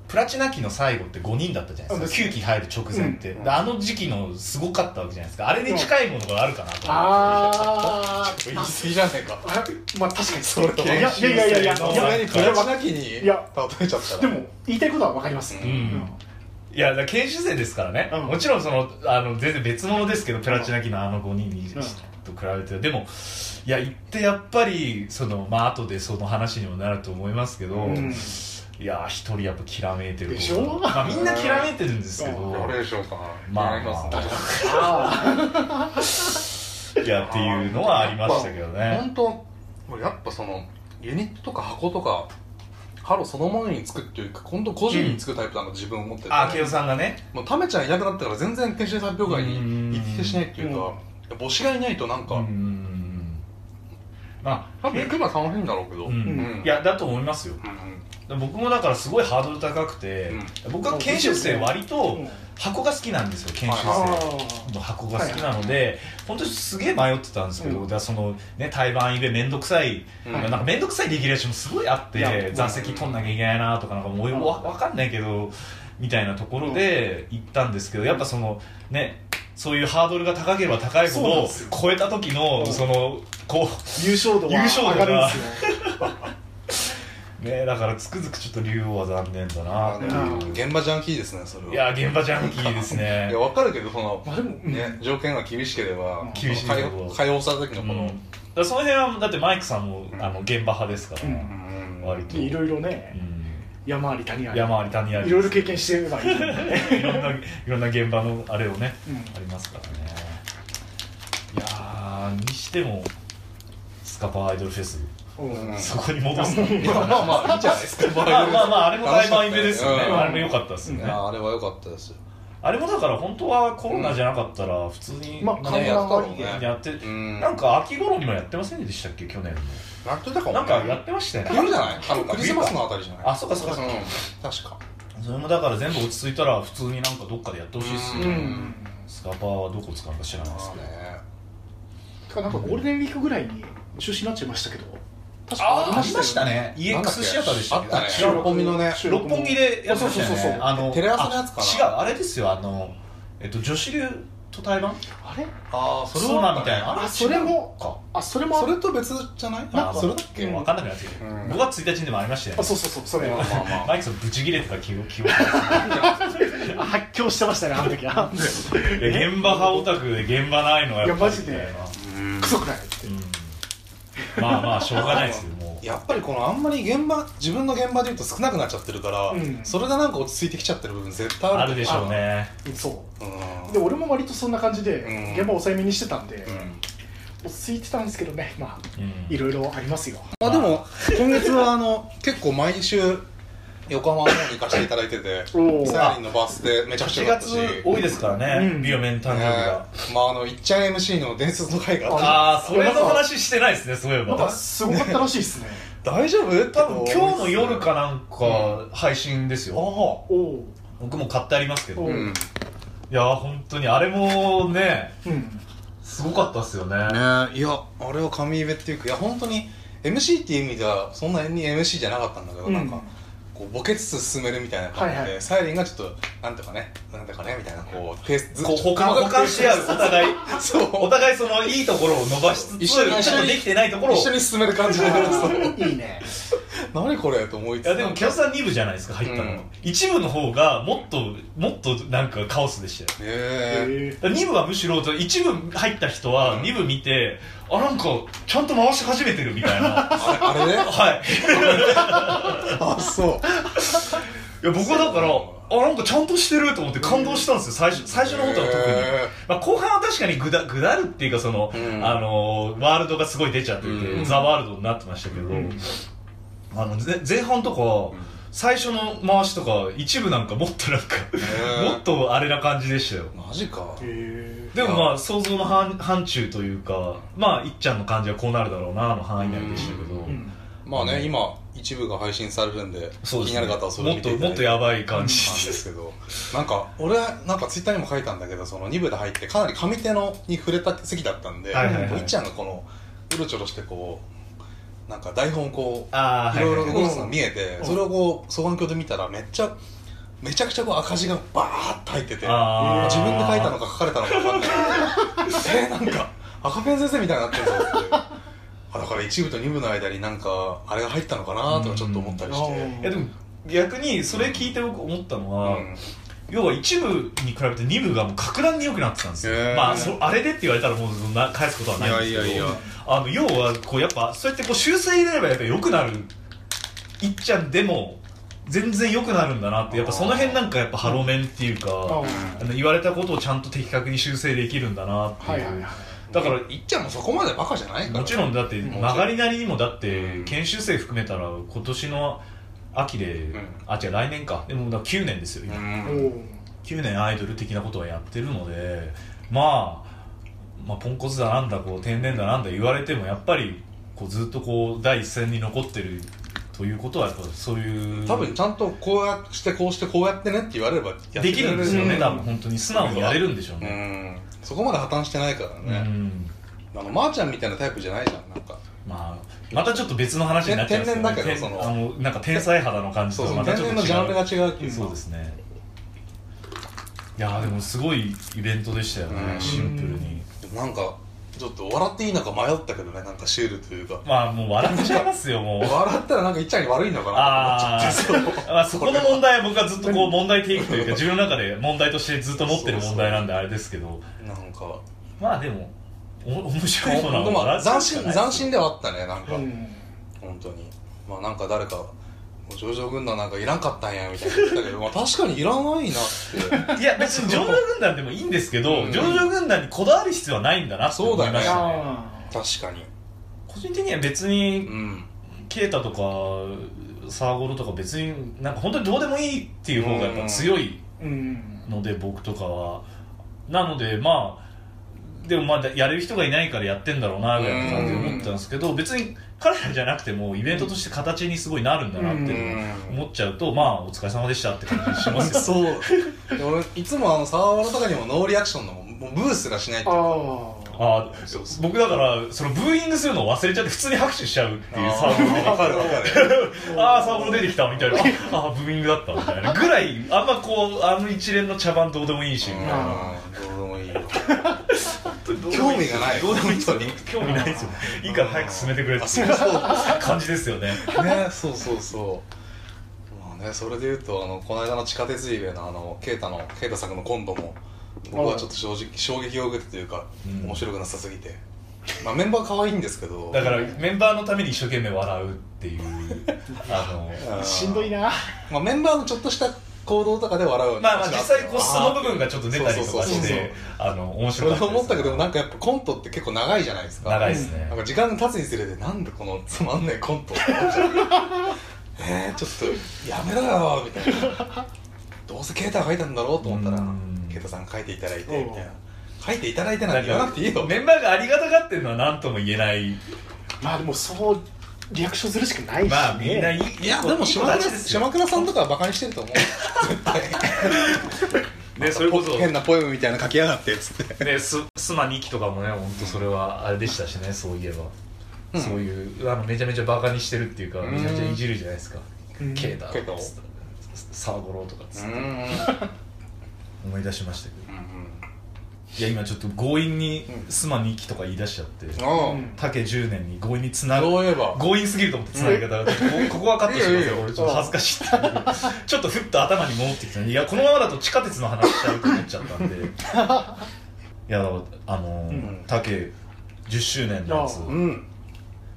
[SPEAKER 2] プラチナ期の最後って5人だったじゃないですか
[SPEAKER 3] うん
[SPEAKER 2] 9期入る直前って、
[SPEAKER 3] うん
[SPEAKER 2] であの時期のすごかったわけじゃないですかあれに近いものがあるかなと思って、
[SPEAKER 3] あー
[SPEAKER 1] 言い過ぎじゃねえか
[SPEAKER 3] あまあ確かに
[SPEAKER 1] それ
[SPEAKER 3] いやいやいやいやいや
[SPEAKER 2] そ
[SPEAKER 1] い
[SPEAKER 2] ん
[SPEAKER 1] や
[SPEAKER 2] な
[SPEAKER 1] 何
[SPEAKER 2] に
[SPEAKER 1] プラチナ期に例え
[SPEAKER 3] い
[SPEAKER 1] ちゃっ
[SPEAKER 3] や
[SPEAKER 1] たら
[SPEAKER 3] でも言いたいことは分かります
[SPEAKER 1] うん
[SPEAKER 2] いやだから研修生ですからね、
[SPEAKER 3] うん
[SPEAKER 2] もちろんそのあの全然別物ですけどプラチナ期のあの5人に
[SPEAKER 3] うん
[SPEAKER 2] と比べて、でもいや行ってやっぱりそのまあ後でその話にもなると思いますけど、
[SPEAKER 3] うん
[SPEAKER 2] いや一人やっぱきらめいてる
[SPEAKER 3] でしょ
[SPEAKER 2] まあ、みんなきらめいてるんですけど、
[SPEAKER 3] う
[SPEAKER 1] 誰でしょうか
[SPEAKER 2] まあ
[SPEAKER 1] 気になりすね
[SPEAKER 2] まあ
[SPEAKER 3] あ
[SPEAKER 2] いやっていうのはありましたけどね
[SPEAKER 1] 本当俺やっぱそのユニットとか箱とかハロそのものに作っていうか今度個人に作るタイプなの自分を持ってて、
[SPEAKER 2] あけおさんがね
[SPEAKER 1] もうタメちゃんいなくなったから全然研修発表会に行き来しないっていうか母子がいないとなん
[SPEAKER 2] う
[SPEAKER 1] か、
[SPEAKER 2] んまあ
[SPEAKER 1] 多分行けば楽しいんだろうけど、
[SPEAKER 2] う
[SPEAKER 1] うん
[SPEAKER 2] ん、いやだと思いますよ僕もだからすごいハードル高くて、僕は研修生割
[SPEAKER 3] ー
[SPEAKER 2] と
[SPEAKER 3] うん
[SPEAKER 2] 箱が好きなんですよ研修
[SPEAKER 1] はい
[SPEAKER 2] 生
[SPEAKER 3] あー
[SPEAKER 2] の箱が好きなので、本当にすげえ迷ってたんですけど、
[SPEAKER 3] うん
[SPEAKER 2] だからそのね対バンイベ面倒くさい、
[SPEAKER 1] うん
[SPEAKER 2] なんか面倒くさいレギュレーションもすごいあっ
[SPEAKER 3] いや
[SPEAKER 2] て座席取んなきゃいけないなとかなんかもう
[SPEAKER 3] うん
[SPEAKER 2] わわかんないけどみたいなところで行ったんですけどやっぱそのねそういうハードルが高ければ高いほ
[SPEAKER 3] そうなん
[SPEAKER 2] ど
[SPEAKER 3] ですよ
[SPEAKER 2] 超えた時の
[SPEAKER 3] うん
[SPEAKER 2] そのこ
[SPEAKER 3] 優勝度
[SPEAKER 2] 優
[SPEAKER 3] は
[SPEAKER 2] 勝度が
[SPEAKER 3] 上がるんですよ
[SPEAKER 2] うねだからつくづくちょっと竜王は残念だなって
[SPEAKER 1] うん現場ジャンキーですねそれは
[SPEAKER 2] いうや現場ジャンキーですね
[SPEAKER 1] いやわかるけどその
[SPEAKER 3] まあでもうん
[SPEAKER 1] ね条件が厳しければ
[SPEAKER 2] 厳しいけ
[SPEAKER 1] 解
[SPEAKER 2] ど
[SPEAKER 1] 解放された時の
[SPEAKER 2] うん
[SPEAKER 1] この、
[SPEAKER 2] だからその辺はだってマイクさんも
[SPEAKER 1] うん
[SPEAKER 2] あの現場派ですから、
[SPEAKER 3] うん
[SPEAKER 1] うん
[SPEAKER 2] 割と
[SPEAKER 3] いろいろ
[SPEAKER 2] う
[SPEAKER 3] ね
[SPEAKER 2] ん
[SPEAKER 3] 山あり谷あり
[SPEAKER 2] 山あり谷あり
[SPEAKER 3] いろいろ経験してればいいんだよね
[SPEAKER 2] いろんない ろんな現場のあれをね、
[SPEAKER 3] うん
[SPEAKER 2] ありますからねいやーにしてもスカパーアイドルフェス
[SPEAKER 3] うん
[SPEAKER 2] そこに戻すの
[SPEAKER 1] いやまあまあいいじゃないですか
[SPEAKER 2] まあまあまああれも大満イベですよね、
[SPEAKER 1] うん
[SPEAKER 2] あれも良かったですよ
[SPEAKER 1] い
[SPEAKER 2] ね、
[SPEAKER 1] やあれは良かったですよ
[SPEAKER 2] あれもだから本当はコロナじゃなかったら普通に
[SPEAKER 3] まあ観
[SPEAKER 1] ね
[SPEAKER 3] 覧は
[SPEAKER 1] やったろうね
[SPEAKER 2] やって、
[SPEAKER 1] うん
[SPEAKER 2] なんか秋頃にもやってませんでしたっけ去年
[SPEAKER 1] やってたか
[SPEAKER 2] の
[SPEAKER 1] も
[SPEAKER 2] なんかやってましたよね
[SPEAKER 1] 冬じゃないあのクリスマスのあたりじゃない
[SPEAKER 2] あそうかそうかそう
[SPEAKER 1] うん
[SPEAKER 2] か
[SPEAKER 1] 確か
[SPEAKER 2] それもだから全部落ち着いたら普通になんかどっかでやってほしいですよね、
[SPEAKER 3] う
[SPEAKER 1] うん
[SPEAKER 3] ん
[SPEAKER 2] スカパーはどこ使うか知らないです
[SPEAKER 1] まあ
[SPEAKER 2] けど
[SPEAKER 1] ね
[SPEAKER 3] てかなんかゴールデンウィークぐらいに中止になっちゃいましたけど確
[SPEAKER 2] あ
[SPEAKER 3] か
[SPEAKER 2] ーありましたね
[SPEAKER 1] なんだっけ
[SPEAKER 2] EX シアターでしたっけ
[SPEAKER 1] あったね
[SPEAKER 2] 違う
[SPEAKER 1] 六本木のね
[SPEAKER 2] 六本木でやってましたよね
[SPEAKER 3] そうそうそうそう
[SPEAKER 2] あの
[SPEAKER 1] テレ朝のやつかな
[SPEAKER 2] あ違うあれですよあのえっと女子流と対バン
[SPEAKER 3] あれ
[SPEAKER 1] ああ
[SPEAKER 2] それはみたいなあれ
[SPEAKER 3] あそれも
[SPEAKER 2] 違うか
[SPEAKER 3] あそれもあ
[SPEAKER 1] そ
[SPEAKER 3] る
[SPEAKER 1] れと別じゃない
[SPEAKER 2] なんか
[SPEAKER 1] あそれだっけ
[SPEAKER 2] 分かんなくなってきて
[SPEAKER 1] うん
[SPEAKER 2] 5月1日にでもありましたよ
[SPEAKER 3] あ
[SPEAKER 2] ね
[SPEAKER 3] そうそうそうそれ
[SPEAKER 1] まあまあまあ
[SPEAKER 2] マイクさんブチギレてた記憶記憶い
[SPEAKER 3] あ 発狂してましたねあの時 は
[SPEAKER 2] や現場派オタクで現場ないのはやっぱりみたいない
[SPEAKER 3] やマクソくらい
[SPEAKER 2] うんまあまあしょうがないですよもう
[SPEAKER 1] やっぱりこのあんまり現場自分の現場でいうと少なくなっちゃってるから、
[SPEAKER 3] うん
[SPEAKER 1] それがなんか落ち着いてきちゃってる部分絶対ある
[SPEAKER 2] あるでしょうね
[SPEAKER 3] そ
[SPEAKER 1] うん
[SPEAKER 3] うで俺も割とそんな感じで
[SPEAKER 1] うん
[SPEAKER 3] 現場抑えめにしてたんで
[SPEAKER 1] うん
[SPEAKER 3] 落ち着いてたんですけどねまあ
[SPEAKER 2] うん
[SPEAKER 3] いろいろありますよ
[SPEAKER 1] まあでも今月はあの結構毎週横浜の方に行かせていただいてて
[SPEAKER 3] おー
[SPEAKER 1] サヤリンのバースでめちゃくちゃ
[SPEAKER 2] 7
[SPEAKER 1] 良かった
[SPEAKER 2] 月
[SPEAKER 1] し
[SPEAKER 2] 多いですからね、
[SPEAKER 3] うん
[SPEAKER 2] ビオメン誕生日が、
[SPEAKER 1] ねまああのいっちゃん MC の伝説の回があった
[SPEAKER 2] ああそれの話してないですねそういえ
[SPEAKER 3] なんか
[SPEAKER 2] ば
[SPEAKER 3] すごかったらしいですね
[SPEAKER 1] 大丈夫
[SPEAKER 2] 多分今日の夜か
[SPEAKER 1] な
[SPEAKER 2] なんか配信ですよ、
[SPEAKER 3] おお
[SPEAKER 2] 僕も買ってありますけど、
[SPEAKER 3] う
[SPEAKER 2] い
[SPEAKER 1] うんね
[SPEAKER 2] やー本当にあれもね
[SPEAKER 3] うん
[SPEAKER 2] すごかったっすよね
[SPEAKER 1] いやあれは神イベっていうかいや本当に MC っていう意味ではそんなに MC じゃなかったんだけど、
[SPEAKER 3] うん
[SPEAKER 1] なんかこうボケつつ進めるみたいな感じで、
[SPEAKER 3] はいはい
[SPEAKER 1] サイリンがちょっとなんとかねなんとかねみたいなこう手ず
[SPEAKER 2] こう保管保管し合うお 互い
[SPEAKER 1] そう
[SPEAKER 2] お互いそのいいところを伸ばしつつ
[SPEAKER 1] 一
[SPEAKER 2] ち
[SPEAKER 1] 緒に
[SPEAKER 2] ょっとできてないところを
[SPEAKER 1] 一緒
[SPEAKER 2] い
[SPEAKER 1] に進める感じでそう
[SPEAKER 3] いいね
[SPEAKER 1] 何これと思いつつ
[SPEAKER 2] やでもキャスさん2部じゃないですか入ったの、
[SPEAKER 1] うん
[SPEAKER 2] 一部の方がもっともっとなんかカオスでしたよ
[SPEAKER 1] ねえ
[SPEAKER 3] へ
[SPEAKER 2] 2部はむしろ一部入った人
[SPEAKER 1] う
[SPEAKER 2] は
[SPEAKER 1] ん
[SPEAKER 2] 2部見て、あなんかちゃんと回し始めてるみた いな
[SPEAKER 1] あれあれ ね
[SPEAKER 2] はい
[SPEAKER 1] あそう
[SPEAKER 2] いや僕はだからあなんかちゃんとしてると思って感動したんですよ最初最初のことは特に、
[SPEAKER 1] へ
[SPEAKER 2] まあ、後半は確かにぐだぐだるっていうかその、
[SPEAKER 1] うん
[SPEAKER 2] あのーワールドがすごい出ちゃってて、
[SPEAKER 1] うん
[SPEAKER 2] ザ・ワールドになってましたけど、
[SPEAKER 3] ん
[SPEAKER 2] あのぜ前半とか、
[SPEAKER 1] うん
[SPEAKER 2] 最初の回しとか一部なんかもっとなんか、
[SPEAKER 1] へえ
[SPEAKER 2] もっとあれな感じでしたよ
[SPEAKER 1] マジか
[SPEAKER 3] え
[SPEAKER 2] でもまあ想像の範範疇というかまあいっちゃんの感じはこうなるだろうなの範囲内でしたけど、
[SPEAKER 3] うん
[SPEAKER 1] まあね、
[SPEAKER 2] うん
[SPEAKER 1] 今一部が配信されるんで
[SPEAKER 2] そうで
[SPEAKER 1] 気に
[SPEAKER 2] す
[SPEAKER 1] な
[SPEAKER 2] ね
[SPEAKER 1] る方はそれを
[SPEAKER 2] もっ
[SPEAKER 1] 見
[SPEAKER 2] と
[SPEAKER 1] ていただいて
[SPEAKER 2] もっとやばい感じ
[SPEAKER 1] 感じですけどなんか俺はなんかツイッターにも書いたんだけどその2部で入ってかなり上手のに触れた席だったんで、
[SPEAKER 2] はい
[SPEAKER 3] はいはい
[SPEAKER 1] こういっちゃんがこのうろちょろしてこうなんか台本をこう
[SPEAKER 2] ああ
[SPEAKER 1] い
[SPEAKER 2] はい
[SPEAKER 1] ろ
[SPEAKER 2] はいい
[SPEAKER 1] ろ
[SPEAKER 2] はい
[SPEAKER 1] 動かすのが見えて、
[SPEAKER 3] うん
[SPEAKER 1] それをこう双眼鏡で見たらめっちゃめちゃくちゃこう赤字がバーッと入ってて
[SPEAKER 2] あー
[SPEAKER 1] 自分で書いたのか書かれたのか分かんない けどえなんか赤ペン先生みたいになってるぞってあだから1部と2部の間になんかあれが入ったのかなとかちょっと思ったりして、
[SPEAKER 3] うん
[SPEAKER 2] いやでも逆にそれ聞いて僕思ったのは、
[SPEAKER 1] うん
[SPEAKER 2] 要は一部に比べて二部がもう格段に良くなってたんですよ、
[SPEAKER 1] へー
[SPEAKER 2] まあそあれでって言われたらもうそんな返すことはないんですけど
[SPEAKER 1] いやいやいや
[SPEAKER 2] あの要はこうやっぱそうやってこう修正入れればやっぱ良くなるいっちゃんでも全然良くなるんだなってやっぱその辺なんかやっぱハロメンっていうかあの言われたことをちゃんと的確に修正できるんだなっていう、
[SPEAKER 3] はいはいはい
[SPEAKER 2] だから
[SPEAKER 1] いっちゃんもそこまでバカじゃないから
[SPEAKER 2] もちろんだって
[SPEAKER 1] ん
[SPEAKER 2] 曲がりなりにもだっ
[SPEAKER 1] う
[SPEAKER 2] て
[SPEAKER 1] ん
[SPEAKER 2] 研修生含めたら今年の秋で、
[SPEAKER 1] ん
[SPEAKER 2] あ違う来年かでもだから9年ですよ
[SPEAKER 1] う
[SPEAKER 2] 今、
[SPEAKER 3] お
[SPEAKER 1] ん
[SPEAKER 3] お
[SPEAKER 2] 9年アイドル的なことはやってるのでまあまあポンコツだなんだこう天然だなんだ言われてもやっぱりこうずっとこう第一線に残ってるということはやっぱそういう
[SPEAKER 1] 多分ちゃんとこうやってこうしてこうやってねって言われればやって
[SPEAKER 2] できるんですよね、
[SPEAKER 3] うん
[SPEAKER 2] 多分本当に素直にやれるんでしょう
[SPEAKER 1] う
[SPEAKER 2] ね、
[SPEAKER 1] んそこまで破綻してないから
[SPEAKER 2] う
[SPEAKER 1] ね、
[SPEAKER 2] ん
[SPEAKER 1] あのまー、ちゃんみたいなタイプじゃないじゃんなんか
[SPEAKER 2] まあ、またちょっと別の話になっちゃうんですけど、
[SPEAKER 1] 天然だけど
[SPEAKER 2] 天
[SPEAKER 1] その
[SPEAKER 2] あのなんか天才肌の感じ
[SPEAKER 1] そう
[SPEAKER 2] と
[SPEAKER 1] そ
[SPEAKER 2] ま
[SPEAKER 1] う
[SPEAKER 2] た
[SPEAKER 1] 全
[SPEAKER 2] ちょ
[SPEAKER 1] 然の
[SPEAKER 2] っと違う
[SPEAKER 1] ジャンルが違うっていう
[SPEAKER 2] そうですねいやーでもすごいイベントでしたよね、
[SPEAKER 1] うん
[SPEAKER 2] シンプルに
[SPEAKER 1] なんかちょっと笑っていいのか迷ったけどねなんかシュールというか
[SPEAKER 2] まあもう笑っちゃいます よもう
[SPEAKER 1] 笑ったらなんかいっちゃんに悪いのかな
[SPEAKER 2] あ
[SPEAKER 1] と思っちゃ
[SPEAKER 2] あ
[SPEAKER 1] って
[SPEAKER 2] そあそこの問題は僕はずっとこう問題提起というか自分の中で問題としてずっと持ってる問題なんであれですけど
[SPEAKER 1] なんか
[SPEAKER 2] まあでもお面白いものは
[SPEAKER 1] まあ
[SPEAKER 2] 笑
[SPEAKER 1] 斬
[SPEAKER 2] うしか
[SPEAKER 1] 新
[SPEAKER 2] ない
[SPEAKER 1] 斬新ではあったねなんか、
[SPEAKER 3] うん
[SPEAKER 1] 本当にまあなんか誰か上場軍団なんかいらんかったんやみたいな言ってたけど、まあ、確かにいらないなって
[SPEAKER 2] いや別に上場軍団でもいいんですけど、
[SPEAKER 1] うん
[SPEAKER 2] 上場軍団にこだわる必要はないんだなって思いましたね
[SPEAKER 3] あ
[SPEAKER 1] 確かに
[SPEAKER 2] 個人的には別
[SPEAKER 1] う
[SPEAKER 2] に
[SPEAKER 1] ん
[SPEAKER 2] 啓太とかサーゴロとか別になんか本当にどうでもいいっていう方がやっぱ強い
[SPEAKER 3] ーうん
[SPEAKER 2] ので僕とかはなのでまあでもまあやれる人がいないからやってんだろうなぐらいの感じで思ってたんですけど別に彼らじゃなくてもイベントとして形にすごいなるんだなっていうのを思っちゃうとまあお疲れ様でしたって感じしますよ
[SPEAKER 1] そう俺いつもあの沢村とかにもノーリアクションのもうブースがしないと
[SPEAKER 3] ああ
[SPEAKER 2] あ
[SPEAKER 1] そうそ
[SPEAKER 2] 僕だからそのブーイングするのを忘れちゃって普通に拍手しちゃうっていうサーブル
[SPEAKER 1] わかるわかる
[SPEAKER 2] ああサーブル出てきたみたいなああーブーイングだったみたいなぐらいあんまこうあの一連の茶番どうでもいいしみたいな
[SPEAKER 1] うんどうでもいいよ
[SPEAKER 2] 興
[SPEAKER 1] 味がない
[SPEAKER 2] どうでもいいですよ
[SPEAKER 1] 本当に
[SPEAKER 2] 興味ないですよいいから早く進めてくれって
[SPEAKER 1] あそうそ
[SPEAKER 2] 感じですよね
[SPEAKER 1] う ねそうそうそうまあねそれで言うとあのこの間の地下鉄イベのあの啓太の啓太作の今度も僕はちょっと正直衝撃を受けたというか、
[SPEAKER 2] うん
[SPEAKER 1] 面白くなさすぎてまあメンバー可愛いんですけど
[SPEAKER 2] だからメンバーのために一生懸命笑うっていうあ
[SPEAKER 1] うん
[SPEAKER 3] しんどいな
[SPEAKER 1] まあ、メンバーのちょっとした行動とかで笑うよう
[SPEAKER 2] の
[SPEAKER 1] に
[SPEAKER 2] まあまあ実際こうその部分がちょっと出たりと
[SPEAKER 1] そう
[SPEAKER 2] か
[SPEAKER 1] そうそう
[SPEAKER 2] し
[SPEAKER 1] そう
[SPEAKER 2] てあの面白
[SPEAKER 1] 俺
[SPEAKER 2] かった
[SPEAKER 1] も思ったけどなんんかやっぱコントって結構長いじゃないですか
[SPEAKER 2] 長いですね
[SPEAKER 1] なんか時間が経つにつれてなんでこのつまんねえコントえー、ちょっとやめろよみたいなどうせ啓太が書いたんだろうと思ったら
[SPEAKER 2] うん
[SPEAKER 1] 啓太さん書いていただいて
[SPEAKER 3] うん
[SPEAKER 1] みたいな書いていただいてなんて言わなくていいよ
[SPEAKER 2] メンバーがありがたがってるのは何とも言えない
[SPEAKER 3] まあでもそうリアクションするしかないし、ね、
[SPEAKER 2] まあみんないい
[SPEAKER 1] いやでも島倉
[SPEAKER 2] いい子たちですよ
[SPEAKER 1] 島倉さんとかはバカにしてると 思う絶対
[SPEAKER 2] ねそれこそ
[SPEAKER 1] 変なポエムみたいなの書きやがってっつって
[SPEAKER 2] ね、すスマ2期とかもね本当それはあれでしたしねそういえば、
[SPEAKER 1] うん
[SPEAKER 2] そういうあのめちゃめちゃバカにしてるっていうか
[SPEAKER 1] うん
[SPEAKER 2] めちゃめちゃいじるじゃないですか
[SPEAKER 3] うん
[SPEAKER 2] 慶太
[SPEAKER 1] 慶太を
[SPEAKER 2] 沢五郎とかっつ
[SPEAKER 1] う
[SPEAKER 2] って
[SPEAKER 1] ん
[SPEAKER 2] 思い出しましたけどいや今ちょっと強引にスマ2期とか言い出しちゃって
[SPEAKER 1] あ
[SPEAKER 3] うん
[SPEAKER 2] 竹10年に強引につな
[SPEAKER 1] あ
[SPEAKER 2] ぐ
[SPEAKER 1] そういえば
[SPEAKER 2] 強引すぎると思ってつなぎ方がこここはカットしてま
[SPEAKER 1] い
[SPEAKER 2] すよ
[SPEAKER 1] いよいいよ
[SPEAKER 2] 俺ちょっと恥ずかしいっていうちょっとふっと頭に戻ってきたいやこのままだと地下鉄の話したいと思っちゃったんでいやだからあの
[SPEAKER 1] ん
[SPEAKER 2] 竹10周年のや
[SPEAKER 1] う
[SPEAKER 2] つ
[SPEAKER 1] ん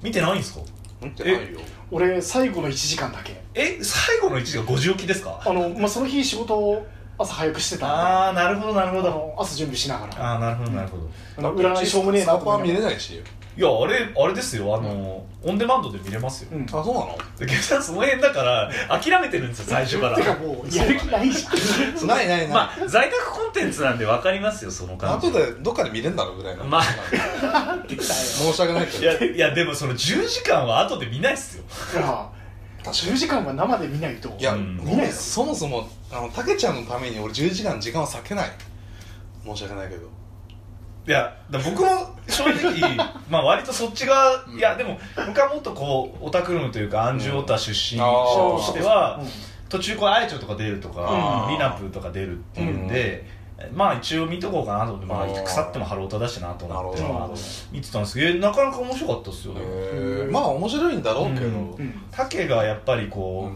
[SPEAKER 2] 見てないんですか
[SPEAKER 1] 見てないよ
[SPEAKER 3] 俺最後の1時間だけ
[SPEAKER 2] え最後の1時が5時起きですか
[SPEAKER 3] あの、まあ、その日仕事を朝早くしてたんで
[SPEAKER 2] ああなるほどなるほ
[SPEAKER 3] あ
[SPEAKER 2] ど
[SPEAKER 3] の朝準備しながら
[SPEAKER 2] ああなるほどなるほど
[SPEAKER 3] あの占いしょうもねえなと
[SPEAKER 1] スマホは
[SPEAKER 3] 思い
[SPEAKER 1] 見
[SPEAKER 3] な
[SPEAKER 1] れ
[SPEAKER 3] がら
[SPEAKER 1] ないし
[SPEAKER 2] いやあれあれですよあのオンデマンドで見れますよ
[SPEAKER 3] うん
[SPEAKER 1] あそうなの
[SPEAKER 2] でゲさんその辺だから諦めてるんですよ最初から
[SPEAKER 3] てかもうやる気ないじゃん
[SPEAKER 1] ないない
[SPEAKER 2] ま
[SPEAKER 1] な
[SPEAKER 2] あ在宅コンテンツなんで分かりますよその
[SPEAKER 1] い
[SPEAKER 2] 感じ
[SPEAKER 1] 後でどっかで見れんだろうぐらいの
[SPEAKER 2] まあ
[SPEAKER 1] 申し訳ないけ
[SPEAKER 2] い
[SPEAKER 1] ど
[SPEAKER 2] やいやでもその10時間は後で見ないっすよ
[SPEAKER 3] いや10時間は生で見ないと
[SPEAKER 1] いや、
[SPEAKER 2] うん
[SPEAKER 1] ごめんそもそもあのたけちゃんのために俺10時間時間を割けない申し訳ないけど
[SPEAKER 2] いやだ僕も正 直まあ割とそっち側、
[SPEAKER 1] うん
[SPEAKER 2] いやでも僕はもっとこうオタクルームというかアンジュオタ出身
[SPEAKER 1] うんあー
[SPEAKER 2] 者としては、
[SPEAKER 3] うん
[SPEAKER 2] 途中こうアイチョとか出るとか、
[SPEAKER 1] うん
[SPEAKER 2] リナプーとか出るっていうんで、まあ一応見とこうかなと思って、ま
[SPEAKER 1] あー
[SPEAKER 2] あ、腐ってもハロータだしなと思って
[SPEAKER 1] なるほど
[SPEAKER 2] まあ見てたんですけどいやなかなか面白かったっすよ
[SPEAKER 1] へーまあ面白いんだろうけど、
[SPEAKER 2] うん
[SPEAKER 3] うん
[SPEAKER 2] タケがやっぱり
[SPEAKER 1] う
[SPEAKER 2] こ
[SPEAKER 1] ん
[SPEAKER 2] う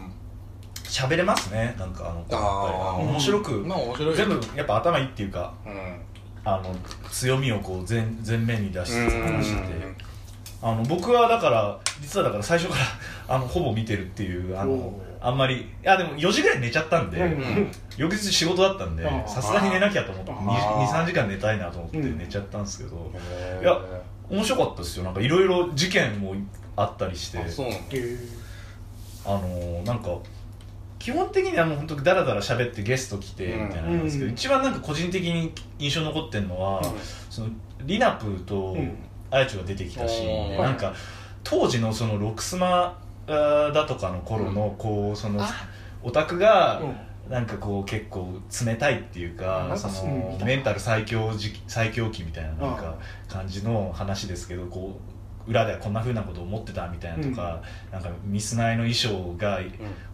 [SPEAKER 2] 喋、れますねなんかあの子やっ
[SPEAKER 1] あ
[SPEAKER 2] ぱ
[SPEAKER 1] ー
[SPEAKER 2] り面白く、
[SPEAKER 1] まあ面白いよ
[SPEAKER 2] 全部やっぱ頭いいっていうか
[SPEAKER 1] うん
[SPEAKER 2] あの強みをこう前前面に出しつつ話してて
[SPEAKER 1] うん
[SPEAKER 2] あの僕はだから実はだから最初からあのほぼ見てるっていうあの
[SPEAKER 3] おー
[SPEAKER 2] あんまりいやでも4時ぐらいに寝ちゃったんで、
[SPEAKER 3] うん
[SPEAKER 2] 翌日仕事だったんで
[SPEAKER 3] あー
[SPEAKER 2] さすがに寝なきゃと思って
[SPEAKER 3] あー
[SPEAKER 2] 23時間寝たいなと思って
[SPEAKER 3] うん
[SPEAKER 2] 寝ちゃったんですけど、
[SPEAKER 1] へー
[SPEAKER 2] いや面白かったですよなんかいろいろ事件もあったりして
[SPEAKER 1] あそうなの
[SPEAKER 3] へー
[SPEAKER 2] あのーなんか基本的にはもう本当にダラダラ喋ってゲスト来てみたいなのなんですけど、
[SPEAKER 3] うん
[SPEAKER 2] 一番なんか個人的に印象に残ってるのは、
[SPEAKER 1] うん
[SPEAKER 2] そのリナプーと
[SPEAKER 3] うん
[SPEAKER 2] あやちょが出てきたシーンで、
[SPEAKER 1] うん
[SPEAKER 2] なんか当時のそのロクスマあーだとかの頃のこうその
[SPEAKER 3] あ
[SPEAKER 2] オタクが
[SPEAKER 3] うん
[SPEAKER 2] なんかこう結構冷たいっていうか
[SPEAKER 3] なん
[SPEAKER 2] そ
[SPEAKER 3] かそう
[SPEAKER 2] のメンタル最強時期最強期みたいななんか感じの話ですけどこう裏ではこんなふうなこと思ってたみたいなとか、なんかミスナイの衣装が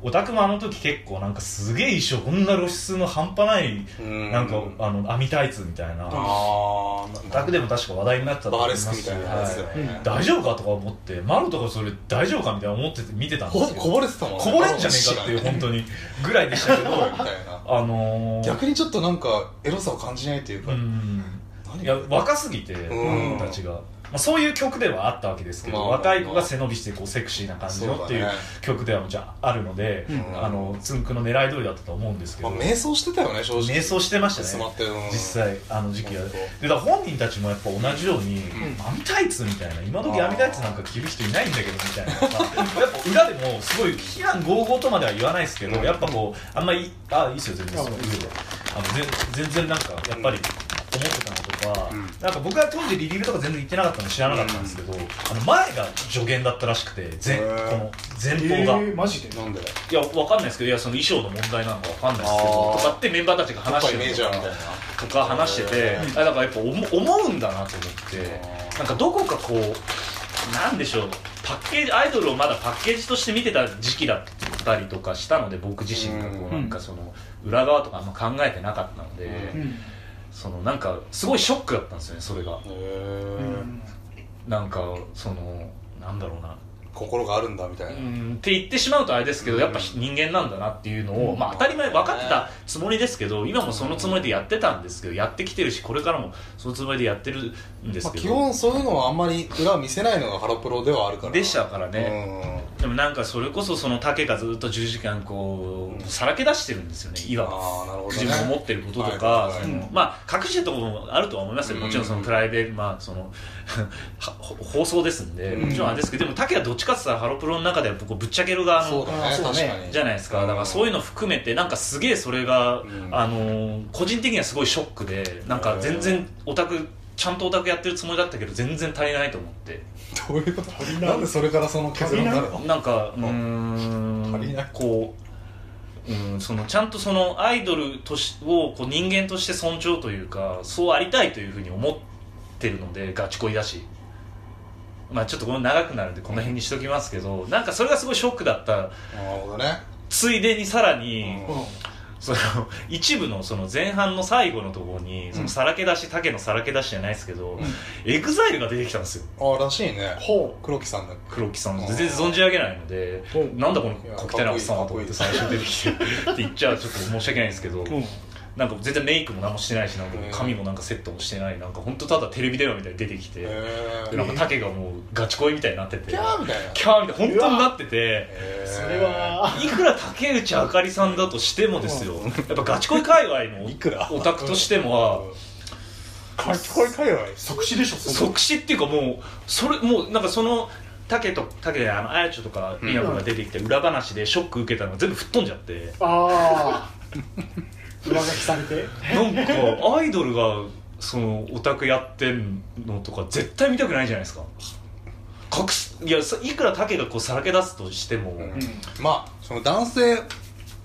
[SPEAKER 2] オタクもあの時結構なんかすげえ衣装こんな露出の半端ない
[SPEAKER 1] うん
[SPEAKER 2] なんか、
[SPEAKER 1] うん
[SPEAKER 2] あの網タイツみたいな、
[SPEAKER 1] あ
[SPEAKER 2] オ
[SPEAKER 1] ー
[SPEAKER 2] タクでも確か話題になってたと
[SPEAKER 1] バーレ
[SPEAKER 2] 思いま
[SPEAKER 1] スクみ
[SPEAKER 2] す
[SPEAKER 1] たいなやつだよ
[SPEAKER 2] はい
[SPEAKER 1] ね、
[SPEAKER 3] うん
[SPEAKER 2] 大丈夫かとか思ってマロとかそれ大丈夫かみたいな思ってて見てたんで
[SPEAKER 1] ほ
[SPEAKER 2] すけど
[SPEAKER 1] こぼれてたもんね
[SPEAKER 2] こぼれんじゃねえかっていう
[SPEAKER 1] 知らん
[SPEAKER 2] 本
[SPEAKER 1] け
[SPEAKER 2] 当にぐらいでしたけど
[SPEAKER 1] どみたいな
[SPEAKER 2] あのー、
[SPEAKER 1] 逆にちょっとなんかエロさを感じないという
[SPEAKER 2] う
[SPEAKER 1] か、
[SPEAKER 2] ん
[SPEAKER 1] 何
[SPEAKER 2] いや若すぎて
[SPEAKER 1] うん
[SPEAKER 2] 僕たちが、まあ、そういう曲ではあったわけですけど、
[SPEAKER 1] まあ
[SPEAKER 2] 若い子が背伸びしてこうセクシーな感じのっていう
[SPEAKER 1] そうだね
[SPEAKER 2] 曲ではもちろんあるので、
[SPEAKER 1] うん
[SPEAKER 2] あのつんくの狙い通りだったと思うんですけ
[SPEAKER 1] ま
[SPEAKER 2] ど、
[SPEAKER 1] あ、迷走してたよね正直
[SPEAKER 2] 瞑想してました
[SPEAKER 1] 詰
[SPEAKER 2] ね
[SPEAKER 1] まってるの
[SPEAKER 2] 実際あの時期は
[SPEAKER 1] 本
[SPEAKER 2] でだから本人たちもやっぱ同じように、
[SPEAKER 1] う
[SPEAKER 2] 網タイツみたいな今時網タイツなんか着る人いないんだけどみたいな さやっぱ裏でもすごい非難合々とまでは言わないですけど、やっぱこうあんまりあいいっすよ全然
[SPEAKER 3] あ
[SPEAKER 2] その上であのぜ全然なんかやっぱり思ってたのとか、
[SPEAKER 1] うん
[SPEAKER 2] なんか僕は当時リリーブとか全然行ってなかったの知らなかったんですけど、あの前が助言だったらしくて前
[SPEAKER 1] へー
[SPEAKER 2] この前方が。
[SPEAKER 3] えーマジで
[SPEAKER 1] なんで
[SPEAKER 2] いや、わかんないですけど、いや、その衣装の問題なのかわかんないですけど、
[SPEAKER 1] あー
[SPEAKER 2] とかってメンバーたちが
[SPEAKER 1] やっ
[SPEAKER 2] 話
[SPEAKER 1] ぱ
[SPEAKER 2] し
[SPEAKER 1] り
[SPEAKER 2] て
[SPEAKER 1] メ
[SPEAKER 2] る
[SPEAKER 1] ジャーみ
[SPEAKER 2] の
[SPEAKER 1] たい
[SPEAKER 2] か
[SPEAKER 1] な
[SPEAKER 2] とか話してて、
[SPEAKER 1] う
[SPEAKER 2] あだからやっぱ思思うんだなと思って、なんかどこかこう、なんでしょう、パッケージ、アイドルをまだパッケージとして見てた時期だったりとかしたので、僕自身が
[SPEAKER 1] う
[SPEAKER 2] こ
[SPEAKER 1] ん
[SPEAKER 2] う、なんかその、裏側とかあんま考えてなかったので、
[SPEAKER 1] う
[SPEAKER 3] うん
[SPEAKER 2] そのなんか、すごいショックだったんですよね、それが。
[SPEAKER 1] へー
[SPEAKER 3] うん
[SPEAKER 2] なんか、その、なんだろうな。
[SPEAKER 1] 心があるんだみたいな、
[SPEAKER 2] うんって言ってしまうとあれですけどやっぱ人間なんだなっていうのを、
[SPEAKER 1] うん
[SPEAKER 2] まあ、当たり前分かってたつもりですけど今もそのつもりでやってたんですけどやってきてるしこれからもそのつもりでやってるんです
[SPEAKER 1] まあ、
[SPEAKER 2] け
[SPEAKER 1] 基
[SPEAKER 2] ど、
[SPEAKER 1] 本そういうのはあんまり裏を見せないのがハロプロではあるから
[SPEAKER 2] でしたからね、でもなんかそれこそその竹がずっと10時間こうさらけ出してるんですよねい
[SPEAKER 1] うん
[SPEAKER 2] わば
[SPEAKER 1] ああなるほど、ね、
[SPEAKER 2] 自分の思ってることと
[SPEAKER 1] はい
[SPEAKER 2] か
[SPEAKER 1] はいはい
[SPEAKER 2] そのまあ隠してるところもあるとは思いますよもちろんそのプライベートまあその は放送ですんで
[SPEAKER 1] うん
[SPEAKER 2] もちろんあれですけどでも竹はどっちかって言ったらハロプロの中では僕ぶっちゃける側
[SPEAKER 1] そう
[SPEAKER 2] の
[SPEAKER 1] だね
[SPEAKER 3] あそう
[SPEAKER 1] 確
[SPEAKER 3] ね
[SPEAKER 1] かに
[SPEAKER 2] じゃないですかだからそういうの含めてなんかすげえそれが、
[SPEAKER 1] うん
[SPEAKER 2] あのー個人的にはすごいショックでなんか全然オタクちゃんとオタクやってるつもりだったけど全然足りないと思って
[SPEAKER 1] どういうことなんでそれからその結論になるの
[SPEAKER 2] なんかうーん
[SPEAKER 1] 足りない
[SPEAKER 2] こううんそのちゃんとそのアイドルとしをこう人間として尊重というかそうありたいというふうに思ってるのでガチ恋だし。まあちょっとこの長くなるんでこの辺にしときますけどなんかそれがすごいショックだった
[SPEAKER 1] なるほどね
[SPEAKER 2] ついでにさらに、
[SPEAKER 1] うん
[SPEAKER 2] その一部のその前半の最後のところにそのさらけ出し、竹のさらけ出しじゃないですけど、エグザイルが出てきたんですよ
[SPEAKER 1] ああらしいね
[SPEAKER 3] ほ
[SPEAKER 1] 黒木さんだっけ
[SPEAKER 2] 黒木さん
[SPEAKER 1] うん
[SPEAKER 2] 全然存じ上げないので
[SPEAKER 3] うん
[SPEAKER 2] なんだこのコキテラおっさんはと思って
[SPEAKER 1] かっ
[SPEAKER 2] 最初出てきてって言っちゃちょっと申し訳ないんですけど
[SPEAKER 3] う、うん、
[SPEAKER 2] なんか全然メイクも何もしてないしなんか
[SPEAKER 1] うん
[SPEAKER 2] 髪もなんかセットもしてないなんか本当ただテレビ電話みたいに出てきて
[SPEAKER 1] へ
[SPEAKER 2] で
[SPEAKER 1] え
[SPEAKER 2] なんか竹がもうガチ恋みたいになってて
[SPEAKER 1] キャーみたいな
[SPEAKER 2] キャーみたいな本当になってて。
[SPEAKER 1] へー
[SPEAKER 3] それはい
[SPEAKER 2] くら竹内あかりさんだとしてもですよ、やっぱガチ恋界隈の
[SPEAKER 1] いくら
[SPEAKER 2] オタクとしてもは、
[SPEAKER 1] かっこいい界隈
[SPEAKER 3] 即死でしょそ
[SPEAKER 2] 即死っていうかもうそれもうなんかその竹と竹であの綾ちょとか
[SPEAKER 1] うん
[SPEAKER 2] 稲子が出てきて裏話でショック受けたのが全部吹っ飛んじゃって
[SPEAKER 3] ああ 上書きされて
[SPEAKER 2] なんかアイドルがそのオタクやってんのとか絶対見たくないじゃないですか隠すいやさいくら竹がこうさらけ出すとしても、
[SPEAKER 1] うんまあその男性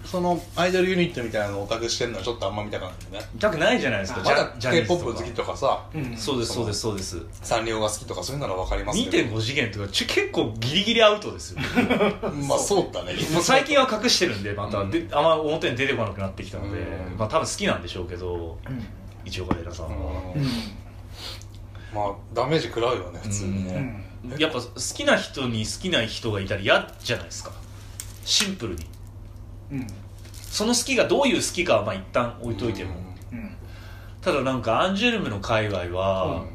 [SPEAKER 1] そのアイドルユニットみたいなのをオタクしてるのはちょっとあんま見たくないよね
[SPEAKER 2] 見たくないじゃないですか
[SPEAKER 1] まだ
[SPEAKER 2] ジャジャニ
[SPEAKER 1] k p
[SPEAKER 2] ーズ
[SPEAKER 1] o p 好きとかさ
[SPEAKER 3] うん
[SPEAKER 2] そうですそうですそうです
[SPEAKER 1] サンリオが好きとかそういうなら分かりますけど
[SPEAKER 2] 2.5次元とかちょ結構ギリギリアウトですよ
[SPEAKER 1] まあそうだね
[SPEAKER 2] もう最近は隠してるんでまた、
[SPEAKER 1] うん
[SPEAKER 2] であんま表に出てこなくなってきたので、
[SPEAKER 1] うん
[SPEAKER 2] まあ多分好きなんでしょうけど
[SPEAKER 3] うん
[SPEAKER 2] 一応カレラさん
[SPEAKER 1] う
[SPEAKER 2] は、
[SPEAKER 1] んまあダメージ食らうよね普通に
[SPEAKER 3] う
[SPEAKER 1] ね
[SPEAKER 3] ん
[SPEAKER 2] やっぱ好きな人に好きな人がいたら嫌じゃないですかシンプルに
[SPEAKER 3] うん
[SPEAKER 2] その好きがどういう好きかはまあ一旦置いといても、
[SPEAKER 3] うん
[SPEAKER 2] ただなんかアンジュルムの界隈は、
[SPEAKER 1] うん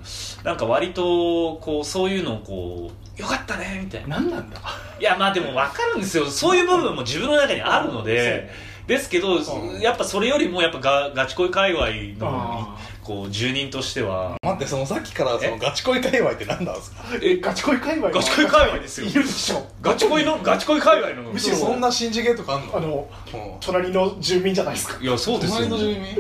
[SPEAKER 2] なんか割とこうそういうのをこうよかったねみたいな
[SPEAKER 3] 何なんだ
[SPEAKER 2] いやまあでも分かるんですよそういう部分も自分の中にあるので、ですけど、
[SPEAKER 1] うん
[SPEAKER 2] やっぱそれよりもやっぱガガチ恋界隈の
[SPEAKER 3] あ
[SPEAKER 2] こう住人としては
[SPEAKER 1] 待ってそのさっきからその
[SPEAKER 2] え
[SPEAKER 1] ガチ恋界隈って何なんですか
[SPEAKER 3] えガチ恋界隈は
[SPEAKER 2] ガチ恋界隈ですよ
[SPEAKER 3] いるでしょ
[SPEAKER 2] ガチ恋のガチ恋界隈の
[SPEAKER 3] むしろ
[SPEAKER 1] そんな信じゲーとかあんの
[SPEAKER 3] あの
[SPEAKER 1] うん
[SPEAKER 3] 隣の住民じゃないですか
[SPEAKER 2] いやそうです
[SPEAKER 1] 隣
[SPEAKER 2] よ
[SPEAKER 1] の住民どうい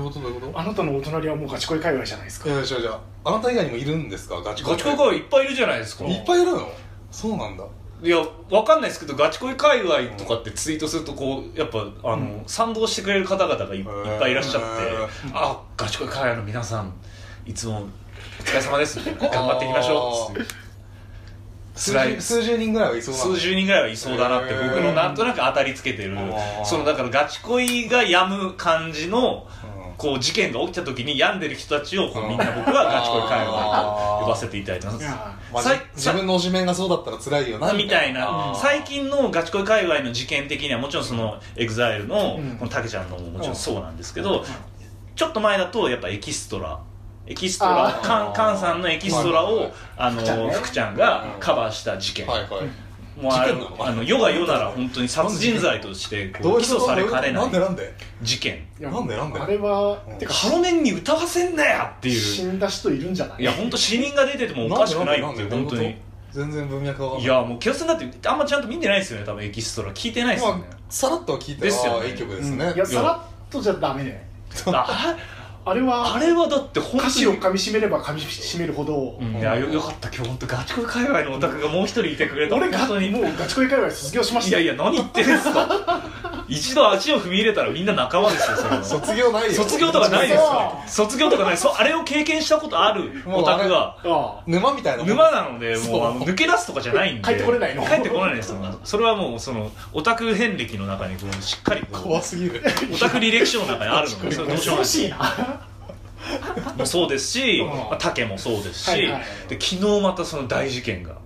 [SPEAKER 1] うことどういうこと
[SPEAKER 3] あなたのお隣はもうガチ恋界隈じゃないです
[SPEAKER 1] い
[SPEAKER 3] か
[SPEAKER 1] やいや違う違うあなた以外にもいるんですかガチ恋
[SPEAKER 2] ガチ恋界隈いっぱいいるじゃないですか
[SPEAKER 1] いっぱいいるのそうなんだ
[SPEAKER 2] いやわかんないですけどガチ恋界隈とかってツイートするとこうやっぱあの、賛同してくれる方々がいいっぱいいらっしゃって、あガチ恋界隈の皆さんいつもお疲れ様ですみたいな頑張っていきましょうっつって
[SPEAKER 1] 数
[SPEAKER 2] 辛い
[SPEAKER 1] 十数十人ぐらいはいそうなんだ
[SPEAKER 2] 数十人ぐらいはいそうだなって
[SPEAKER 1] へー
[SPEAKER 2] 僕のなんとなく当たりつけてる
[SPEAKER 1] あー
[SPEAKER 2] そのだからガチ恋が病む感じの
[SPEAKER 1] うん
[SPEAKER 2] こう事件が起きた時に病んでる人たちをこ
[SPEAKER 1] う
[SPEAKER 2] うんみんな僕はガチ恋界隈
[SPEAKER 1] あー
[SPEAKER 2] と呼ばせていただいてま
[SPEAKER 3] い
[SPEAKER 2] す
[SPEAKER 3] や
[SPEAKER 1] まあ
[SPEAKER 2] さい
[SPEAKER 1] じ自分のおし面がそうだったら辛いよな
[SPEAKER 2] みたい
[SPEAKER 1] あ
[SPEAKER 2] な
[SPEAKER 1] ー
[SPEAKER 2] 最近のガチ恋界隈の事件的にはもちろんそのエグザイルの
[SPEAKER 3] うん
[SPEAKER 2] このタケちゃんのももちろんそうなんですけどちょっと前だとやっぱエキストラエキストラ
[SPEAKER 1] あー
[SPEAKER 2] カンカンさんのエキストラ
[SPEAKER 1] はい
[SPEAKER 2] をあの
[SPEAKER 3] ちゃんね
[SPEAKER 2] 福ちゃんがカバーした事件
[SPEAKER 1] はいはい
[SPEAKER 2] もうあれ
[SPEAKER 1] 事件なの
[SPEAKER 2] あの世が世なら本当に殺人罪として
[SPEAKER 1] ど
[SPEAKER 2] こ
[SPEAKER 1] う
[SPEAKER 2] う
[SPEAKER 1] いう
[SPEAKER 2] 起
[SPEAKER 1] こ
[SPEAKER 2] 訴
[SPEAKER 1] と
[SPEAKER 2] されかね
[SPEAKER 1] どういうこと
[SPEAKER 2] ない
[SPEAKER 1] んで
[SPEAKER 2] 事件
[SPEAKER 3] いや
[SPEAKER 1] なんでなんで
[SPEAKER 3] あれは
[SPEAKER 1] うん
[SPEAKER 3] てか
[SPEAKER 2] ハロメンに歌わせんなよって
[SPEAKER 3] 死
[SPEAKER 2] いうん
[SPEAKER 3] だ人いるんじゃない
[SPEAKER 2] いや本当死人が出てても
[SPEAKER 1] なん
[SPEAKER 2] お
[SPEAKER 1] で
[SPEAKER 2] かしくない
[SPEAKER 1] んで
[SPEAKER 2] ってい
[SPEAKER 1] ん
[SPEAKER 2] う
[SPEAKER 1] で
[SPEAKER 2] 本
[SPEAKER 1] ど
[SPEAKER 2] 当
[SPEAKER 1] う
[SPEAKER 2] に
[SPEAKER 1] いうこと全然文脈がわかんない
[SPEAKER 2] いやもう清さんだってあんまちゃんと見てないですよね多分エキストラ聞いてないですよね
[SPEAKER 1] まあさらっとは聞いて
[SPEAKER 2] ですよね
[SPEAKER 1] ああいい曲ですね、
[SPEAKER 3] いやさらっとじゃダメね
[SPEAKER 2] あ
[SPEAKER 3] あれ
[SPEAKER 2] あ
[SPEAKER 3] は
[SPEAKER 2] れはだって本
[SPEAKER 3] 歌詞を
[SPEAKER 2] 当
[SPEAKER 3] 噛み締めれば噛み締めるほど
[SPEAKER 2] にいやよよかった今日本当ガチ恋界隈のオタクがもう一人いてくれた本
[SPEAKER 3] 俺がも
[SPEAKER 2] 当に
[SPEAKER 3] うガチ恋界隈卒業しまし
[SPEAKER 2] い
[SPEAKER 3] た
[SPEAKER 2] や
[SPEAKER 3] よ
[SPEAKER 2] いや何言ってるんですか一度足を踏み入れたらみんな仲間ですよそれは
[SPEAKER 1] 卒業ないよ
[SPEAKER 2] 卒業とかないですよ
[SPEAKER 3] そ
[SPEAKER 2] 卒業とかないそうあれを経験したことある
[SPEAKER 1] もう
[SPEAKER 2] オタクが
[SPEAKER 3] あ
[SPEAKER 1] 沼みたいなもん
[SPEAKER 2] 沼なのでも
[SPEAKER 1] そう
[SPEAKER 2] うあの抜け出すとかじゃないんで
[SPEAKER 3] 帰ってこれないの
[SPEAKER 2] 帰ってこれないですよそれはもうそのオタク遍歴の中にこうしっかりこ
[SPEAKER 1] 怖すぎる
[SPEAKER 2] うオタク履歴書の中にあるのでそれどうしようもな
[SPEAKER 3] 恐ろ
[SPEAKER 2] い
[SPEAKER 3] しいな
[SPEAKER 2] もそうですし
[SPEAKER 3] うん
[SPEAKER 2] まあ竹もそうですし
[SPEAKER 3] はいはいはい
[SPEAKER 2] で昨日またその大事件が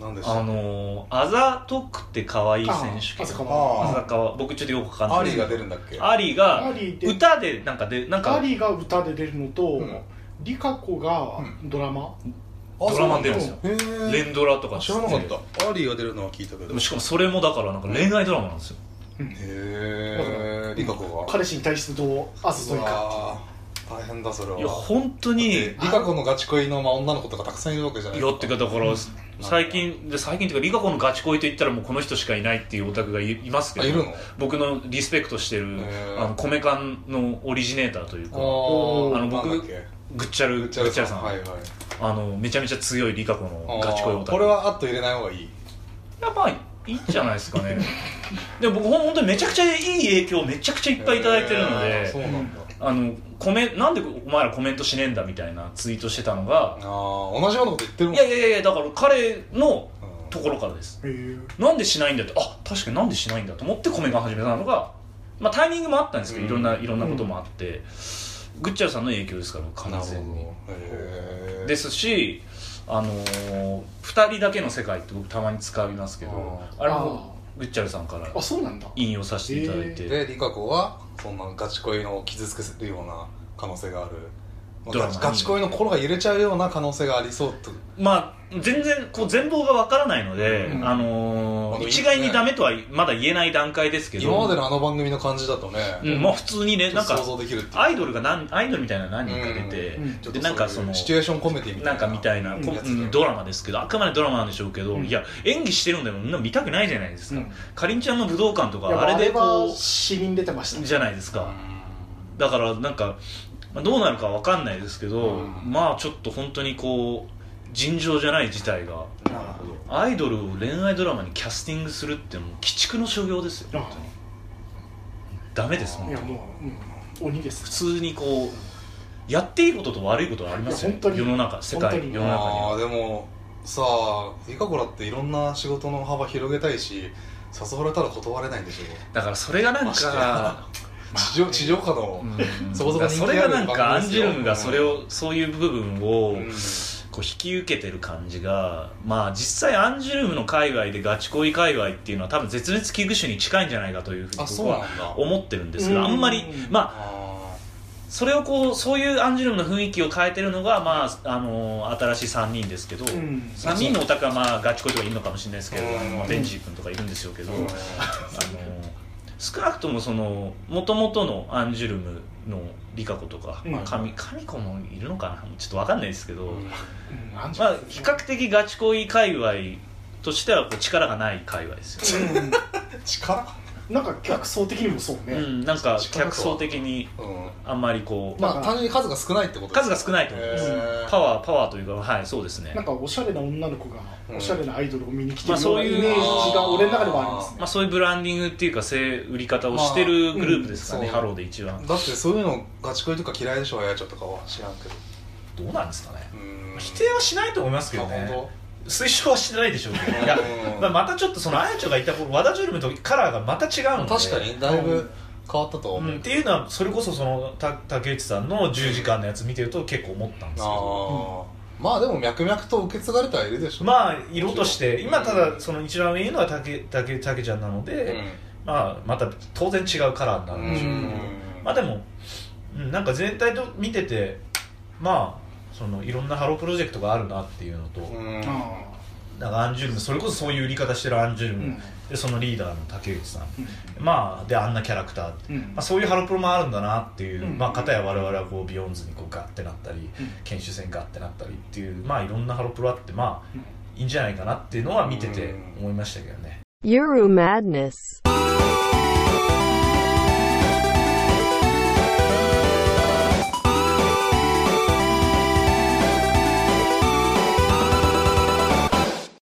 [SPEAKER 1] なんでし
[SPEAKER 2] あ
[SPEAKER 1] ょう
[SPEAKER 2] のーあざとくて可愛い選手
[SPEAKER 3] あ
[SPEAKER 2] 権
[SPEAKER 3] そこ
[SPEAKER 1] あ
[SPEAKER 3] も
[SPEAKER 2] あざかわ僕ちょっとよくわかんない
[SPEAKER 1] アリーが
[SPEAKER 2] で
[SPEAKER 1] 出るんだっけ
[SPEAKER 2] アリーが
[SPEAKER 3] アリーで
[SPEAKER 2] 歌でなんかでなん
[SPEAKER 3] ガ
[SPEAKER 2] か
[SPEAKER 3] リが歌で出るのと、
[SPEAKER 1] うん
[SPEAKER 3] リリカ子がドラマ、
[SPEAKER 2] ドラマに出るんですよ
[SPEAKER 1] へー
[SPEAKER 2] 連ドラとか
[SPEAKER 1] 知らなかったアーリーが出るのは聞いたけど
[SPEAKER 2] でもしかもそれもだからなんか恋愛ドラマなんですよ
[SPEAKER 1] へえ理香子が
[SPEAKER 3] 彼氏に対してどう争うか
[SPEAKER 1] わー大変だそれはい
[SPEAKER 2] や本当にい
[SPEAKER 1] 理香子のガチ恋のまあ女の子とかたくさんいるわけじゃない
[SPEAKER 2] やってかだから最近で最近っていうかリカ子のガチ恋といったらもうこの人しかいないっていうオタクがいいますけど
[SPEAKER 1] あいるの
[SPEAKER 2] 僕のリスペクトしてる
[SPEAKER 1] ー
[SPEAKER 2] あの米缶のオリジネーターというか
[SPEAKER 1] あー
[SPEAKER 2] あの僕
[SPEAKER 1] なんだっけ
[SPEAKER 2] ぐっちゃる
[SPEAKER 1] ぐ
[SPEAKER 2] ぐ
[SPEAKER 1] っ
[SPEAKER 2] っ
[SPEAKER 1] ち
[SPEAKER 2] ち
[SPEAKER 1] ゃ
[SPEAKER 2] ゃ
[SPEAKER 1] る
[SPEAKER 2] る
[SPEAKER 1] さ
[SPEAKER 2] さ
[SPEAKER 1] ん
[SPEAKER 2] ん
[SPEAKER 1] はいはい
[SPEAKER 2] あのめちゃめちゃ強いリカ子のガチ恋オタク
[SPEAKER 1] これはあっと入れない方がいい
[SPEAKER 2] いやまあいいんじゃないですかね でも僕ほん本当にめちゃくちゃいい影響をめちゃくちゃいっぱいいただいてるの
[SPEAKER 1] へー
[SPEAKER 2] で、
[SPEAKER 1] そうなんだ
[SPEAKER 2] あのコメなんでお前らコメントしねえんだみたいなツイートしてたのが
[SPEAKER 1] あ、ー同じようなこと言ってるもん
[SPEAKER 2] いやいやいやだから彼の
[SPEAKER 1] うん
[SPEAKER 2] ところからです
[SPEAKER 3] へえ
[SPEAKER 2] なんでしないんだってあ確かになんでしないんだと思ってコメが始めたのが、まあ、タイミングもあったんですけど、
[SPEAKER 1] うん
[SPEAKER 2] いろんないろんなこともあって、グッチャルさんの影響ですから完
[SPEAKER 1] なるほど
[SPEAKER 2] 全に
[SPEAKER 1] へー
[SPEAKER 2] ですしあのー、2人だけの世界って僕たまに使いますけどあれもグッチャルさんから
[SPEAKER 3] あそうなんだ
[SPEAKER 2] 引用させていただいて、
[SPEAKER 1] で理香子はそんなガチ恋の傷つけるような可能性があるまあ
[SPEAKER 2] ド
[SPEAKER 1] ガ
[SPEAKER 2] ラマ
[SPEAKER 1] チガチ恋の心が揺れちゃうような可能性がありそうと
[SPEAKER 2] まあ全然こう全貌がわからないので、
[SPEAKER 1] うん
[SPEAKER 2] あの
[SPEAKER 1] あの
[SPEAKER 2] ー一概にダメとはまだ言えない段階ですけど
[SPEAKER 1] 今までのあの番組の感じだとね、
[SPEAKER 2] うんまあ普通にね
[SPEAKER 1] ちょ
[SPEAKER 2] な
[SPEAKER 1] っ
[SPEAKER 2] ん
[SPEAKER 1] と
[SPEAKER 2] か
[SPEAKER 1] 想像できるっていう
[SPEAKER 2] アイドルが何アイドルみたいなの何人か出て、
[SPEAKER 3] うんうん
[SPEAKER 1] ちょっ
[SPEAKER 2] で
[SPEAKER 1] と
[SPEAKER 2] なんかそ
[SPEAKER 1] そうい
[SPEAKER 2] の
[SPEAKER 1] うシチュエーションコメディみたいな
[SPEAKER 2] なんかみたいな、こ
[SPEAKER 1] やつだ
[SPEAKER 2] う
[SPEAKER 1] よね
[SPEAKER 2] んドラマですけどあくまでドラマなんでしょうけど、
[SPEAKER 3] うん
[SPEAKER 2] いや演技してるんでもみんな見たくないじゃないですか、
[SPEAKER 3] うん
[SPEAKER 2] かりんちゃんの武道館と
[SPEAKER 3] いや
[SPEAKER 2] かあれで
[SPEAKER 3] あ
[SPEAKER 2] こ
[SPEAKER 3] は死人出てました
[SPEAKER 2] う
[SPEAKER 3] ね
[SPEAKER 2] じゃないですか、
[SPEAKER 1] う
[SPEAKER 2] だからなんかまあどうなるかわかんないですけど、
[SPEAKER 1] うん
[SPEAKER 2] まあちょっと本当にこう尋常じゃない事態が
[SPEAKER 3] なるほど
[SPEAKER 2] アイドルを恋愛ドラマにキャスティングするってもう鬼畜の所業ですよ
[SPEAKER 3] あ
[SPEAKER 2] 本当にダメです
[SPEAKER 3] い
[SPEAKER 2] 本
[SPEAKER 3] や
[SPEAKER 2] 当に
[SPEAKER 3] もう、うん、鬼です
[SPEAKER 2] 普通にこうやっていいことと悪いことはありますよ、
[SPEAKER 3] い
[SPEAKER 2] ね
[SPEAKER 3] や本、当に
[SPEAKER 2] 世の中世
[SPEAKER 3] 本
[SPEAKER 2] 界
[SPEAKER 3] 当に
[SPEAKER 2] 世の
[SPEAKER 1] ん
[SPEAKER 2] 中に
[SPEAKER 1] あ
[SPEAKER 2] は
[SPEAKER 1] あでもさあリカ子だっていろんな仕事の幅広げたいし誘われたら断れないんでしょ
[SPEAKER 2] だからそれがなん
[SPEAKER 1] まして
[SPEAKER 2] か、
[SPEAKER 1] 地上地上波の、
[SPEAKER 2] うん
[SPEAKER 1] そこそこ人気ある
[SPEAKER 2] それがなんかア
[SPEAKER 1] 番
[SPEAKER 2] ン
[SPEAKER 1] 組です
[SPEAKER 2] ジ
[SPEAKER 1] よ
[SPEAKER 2] ュルムがそれをそういう部分を、
[SPEAKER 1] うん
[SPEAKER 2] こう引き受けてる感じがまあ実際アンジュルムの界隈でガチ恋界隈っていうのは多分絶滅危惧種に近いんじゃないかというふうに
[SPEAKER 1] あそうな
[SPEAKER 2] 僕
[SPEAKER 1] ん
[SPEAKER 2] は
[SPEAKER 1] だ
[SPEAKER 2] 思ってるんですが
[SPEAKER 3] うん
[SPEAKER 2] あんまりまあ
[SPEAKER 1] あ
[SPEAKER 2] それをこうそういうアンジュルムの雰囲気を変えてるのがまああの新しい3人ですけど、
[SPEAKER 3] ん
[SPEAKER 2] 3人のお宅はまあガチ恋とかいるのかもしれないですけど、
[SPEAKER 1] うん
[SPEAKER 2] まあ、ベンジー君とかいるんでしょうけど、
[SPEAKER 1] ーうん
[SPEAKER 2] あの少なくともその元々のアンジュルムのリカ子とか、
[SPEAKER 3] うん
[SPEAKER 2] まあ、神神子もいるのかなちょっとわかんないですけど、
[SPEAKER 3] うんなんじゃ
[SPEAKER 2] まあ、比較的ガチ恋界隈としてはこう力がない界隈ですよね、
[SPEAKER 1] 力
[SPEAKER 3] なんか客層的にもそう
[SPEAKER 2] う
[SPEAKER 3] ね、
[SPEAKER 2] ん、なんか客層的に
[SPEAKER 1] うん
[SPEAKER 2] あんまりこう、
[SPEAKER 1] まあ単純に数が少ないってことです
[SPEAKER 2] 数が少ないと思いますパワーパワーというかはいそうですね
[SPEAKER 3] なんかおしゃれな女の子が
[SPEAKER 1] うん
[SPEAKER 3] おしゃれなアイドルを見に来て
[SPEAKER 2] まあ
[SPEAKER 3] るよ
[SPEAKER 2] そ
[SPEAKER 3] う
[SPEAKER 2] う
[SPEAKER 3] なイ
[SPEAKER 2] いう
[SPEAKER 3] メージが俺の中でもありますね、
[SPEAKER 2] まあ、そういうブランディングっていうか性売り方をしてるグループですかね、
[SPEAKER 1] まあ
[SPEAKER 2] ハ
[SPEAKER 1] うん
[SPEAKER 2] ローで一番
[SPEAKER 1] だってそういうのガチ恋とか嫌いでしょあやちゃんとかは知らんけど
[SPEAKER 4] どうなんですかね
[SPEAKER 1] うん
[SPEAKER 4] 否定はしないと思いますけど
[SPEAKER 1] あ
[SPEAKER 4] ね
[SPEAKER 1] 本
[SPEAKER 4] 推奨はしてないでしょうけどいや
[SPEAKER 1] うん
[SPEAKER 4] まあまたちょっとそのあやちゃんがいた頃和田ジュルムとカラーがまた違うので
[SPEAKER 1] 当確かにだいぶ変わったと
[SPEAKER 4] う
[SPEAKER 1] 思う、
[SPEAKER 4] んっていうのはそれこそそのた竹内さんの10時間のやつ見てると結構思ったんですけど
[SPEAKER 1] ああまあでも脈々と受け継がれてはいるでしょ
[SPEAKER 4] まあ色として
[SPEAKER 1] うん
[SPEAKER 4] 今ただその一番上にいるのは竹竹竹ちゃんなの
[SPEAKER 1] うん
[SPEAKER 4] で、まあ、また当然違うカラーになるんでしょうけど、
[SPEAKER 1] うん
[SPEAKER 4] まあでも、うん、なんか全体と見ててまあそのいろんなハロープロジェクトがあるなっていうのと、
[SPEAKER 1] うん
[SPEAKER 3] あ
[SPEAKER 4] なんかアンジュルムそれこそそういう売り方してるアンジュルム、
[SPEAKER 3] うん
[SPEAKER 4] でそのリーダーの竹内さん、
[SPEAKER 3] ー
[SPEAKER 4] まあであんなキャラクターって、
[SPEAKER 3] うん
[SPEAKER 4] まあ、そういうハロプロもあるんだなっていう、
[SPEAKER 3] うん
[SPEAKER 4] まあ片や我々はこうビヨンズにこうガッてなったり、
[SPEAKER 3] うん
[SPEAKER 4] 研修戦ガッてなったりっていうまあいろんなハロプロあってまあ
[SPEAKER 3] うん
[SPEAKER 4] いいんじゃないかなっていうのは見てて
[SPEAKER 1] うん
[SPEAKER 4] 思いましたけどね、
[SPEAKER 5] Euro Madness.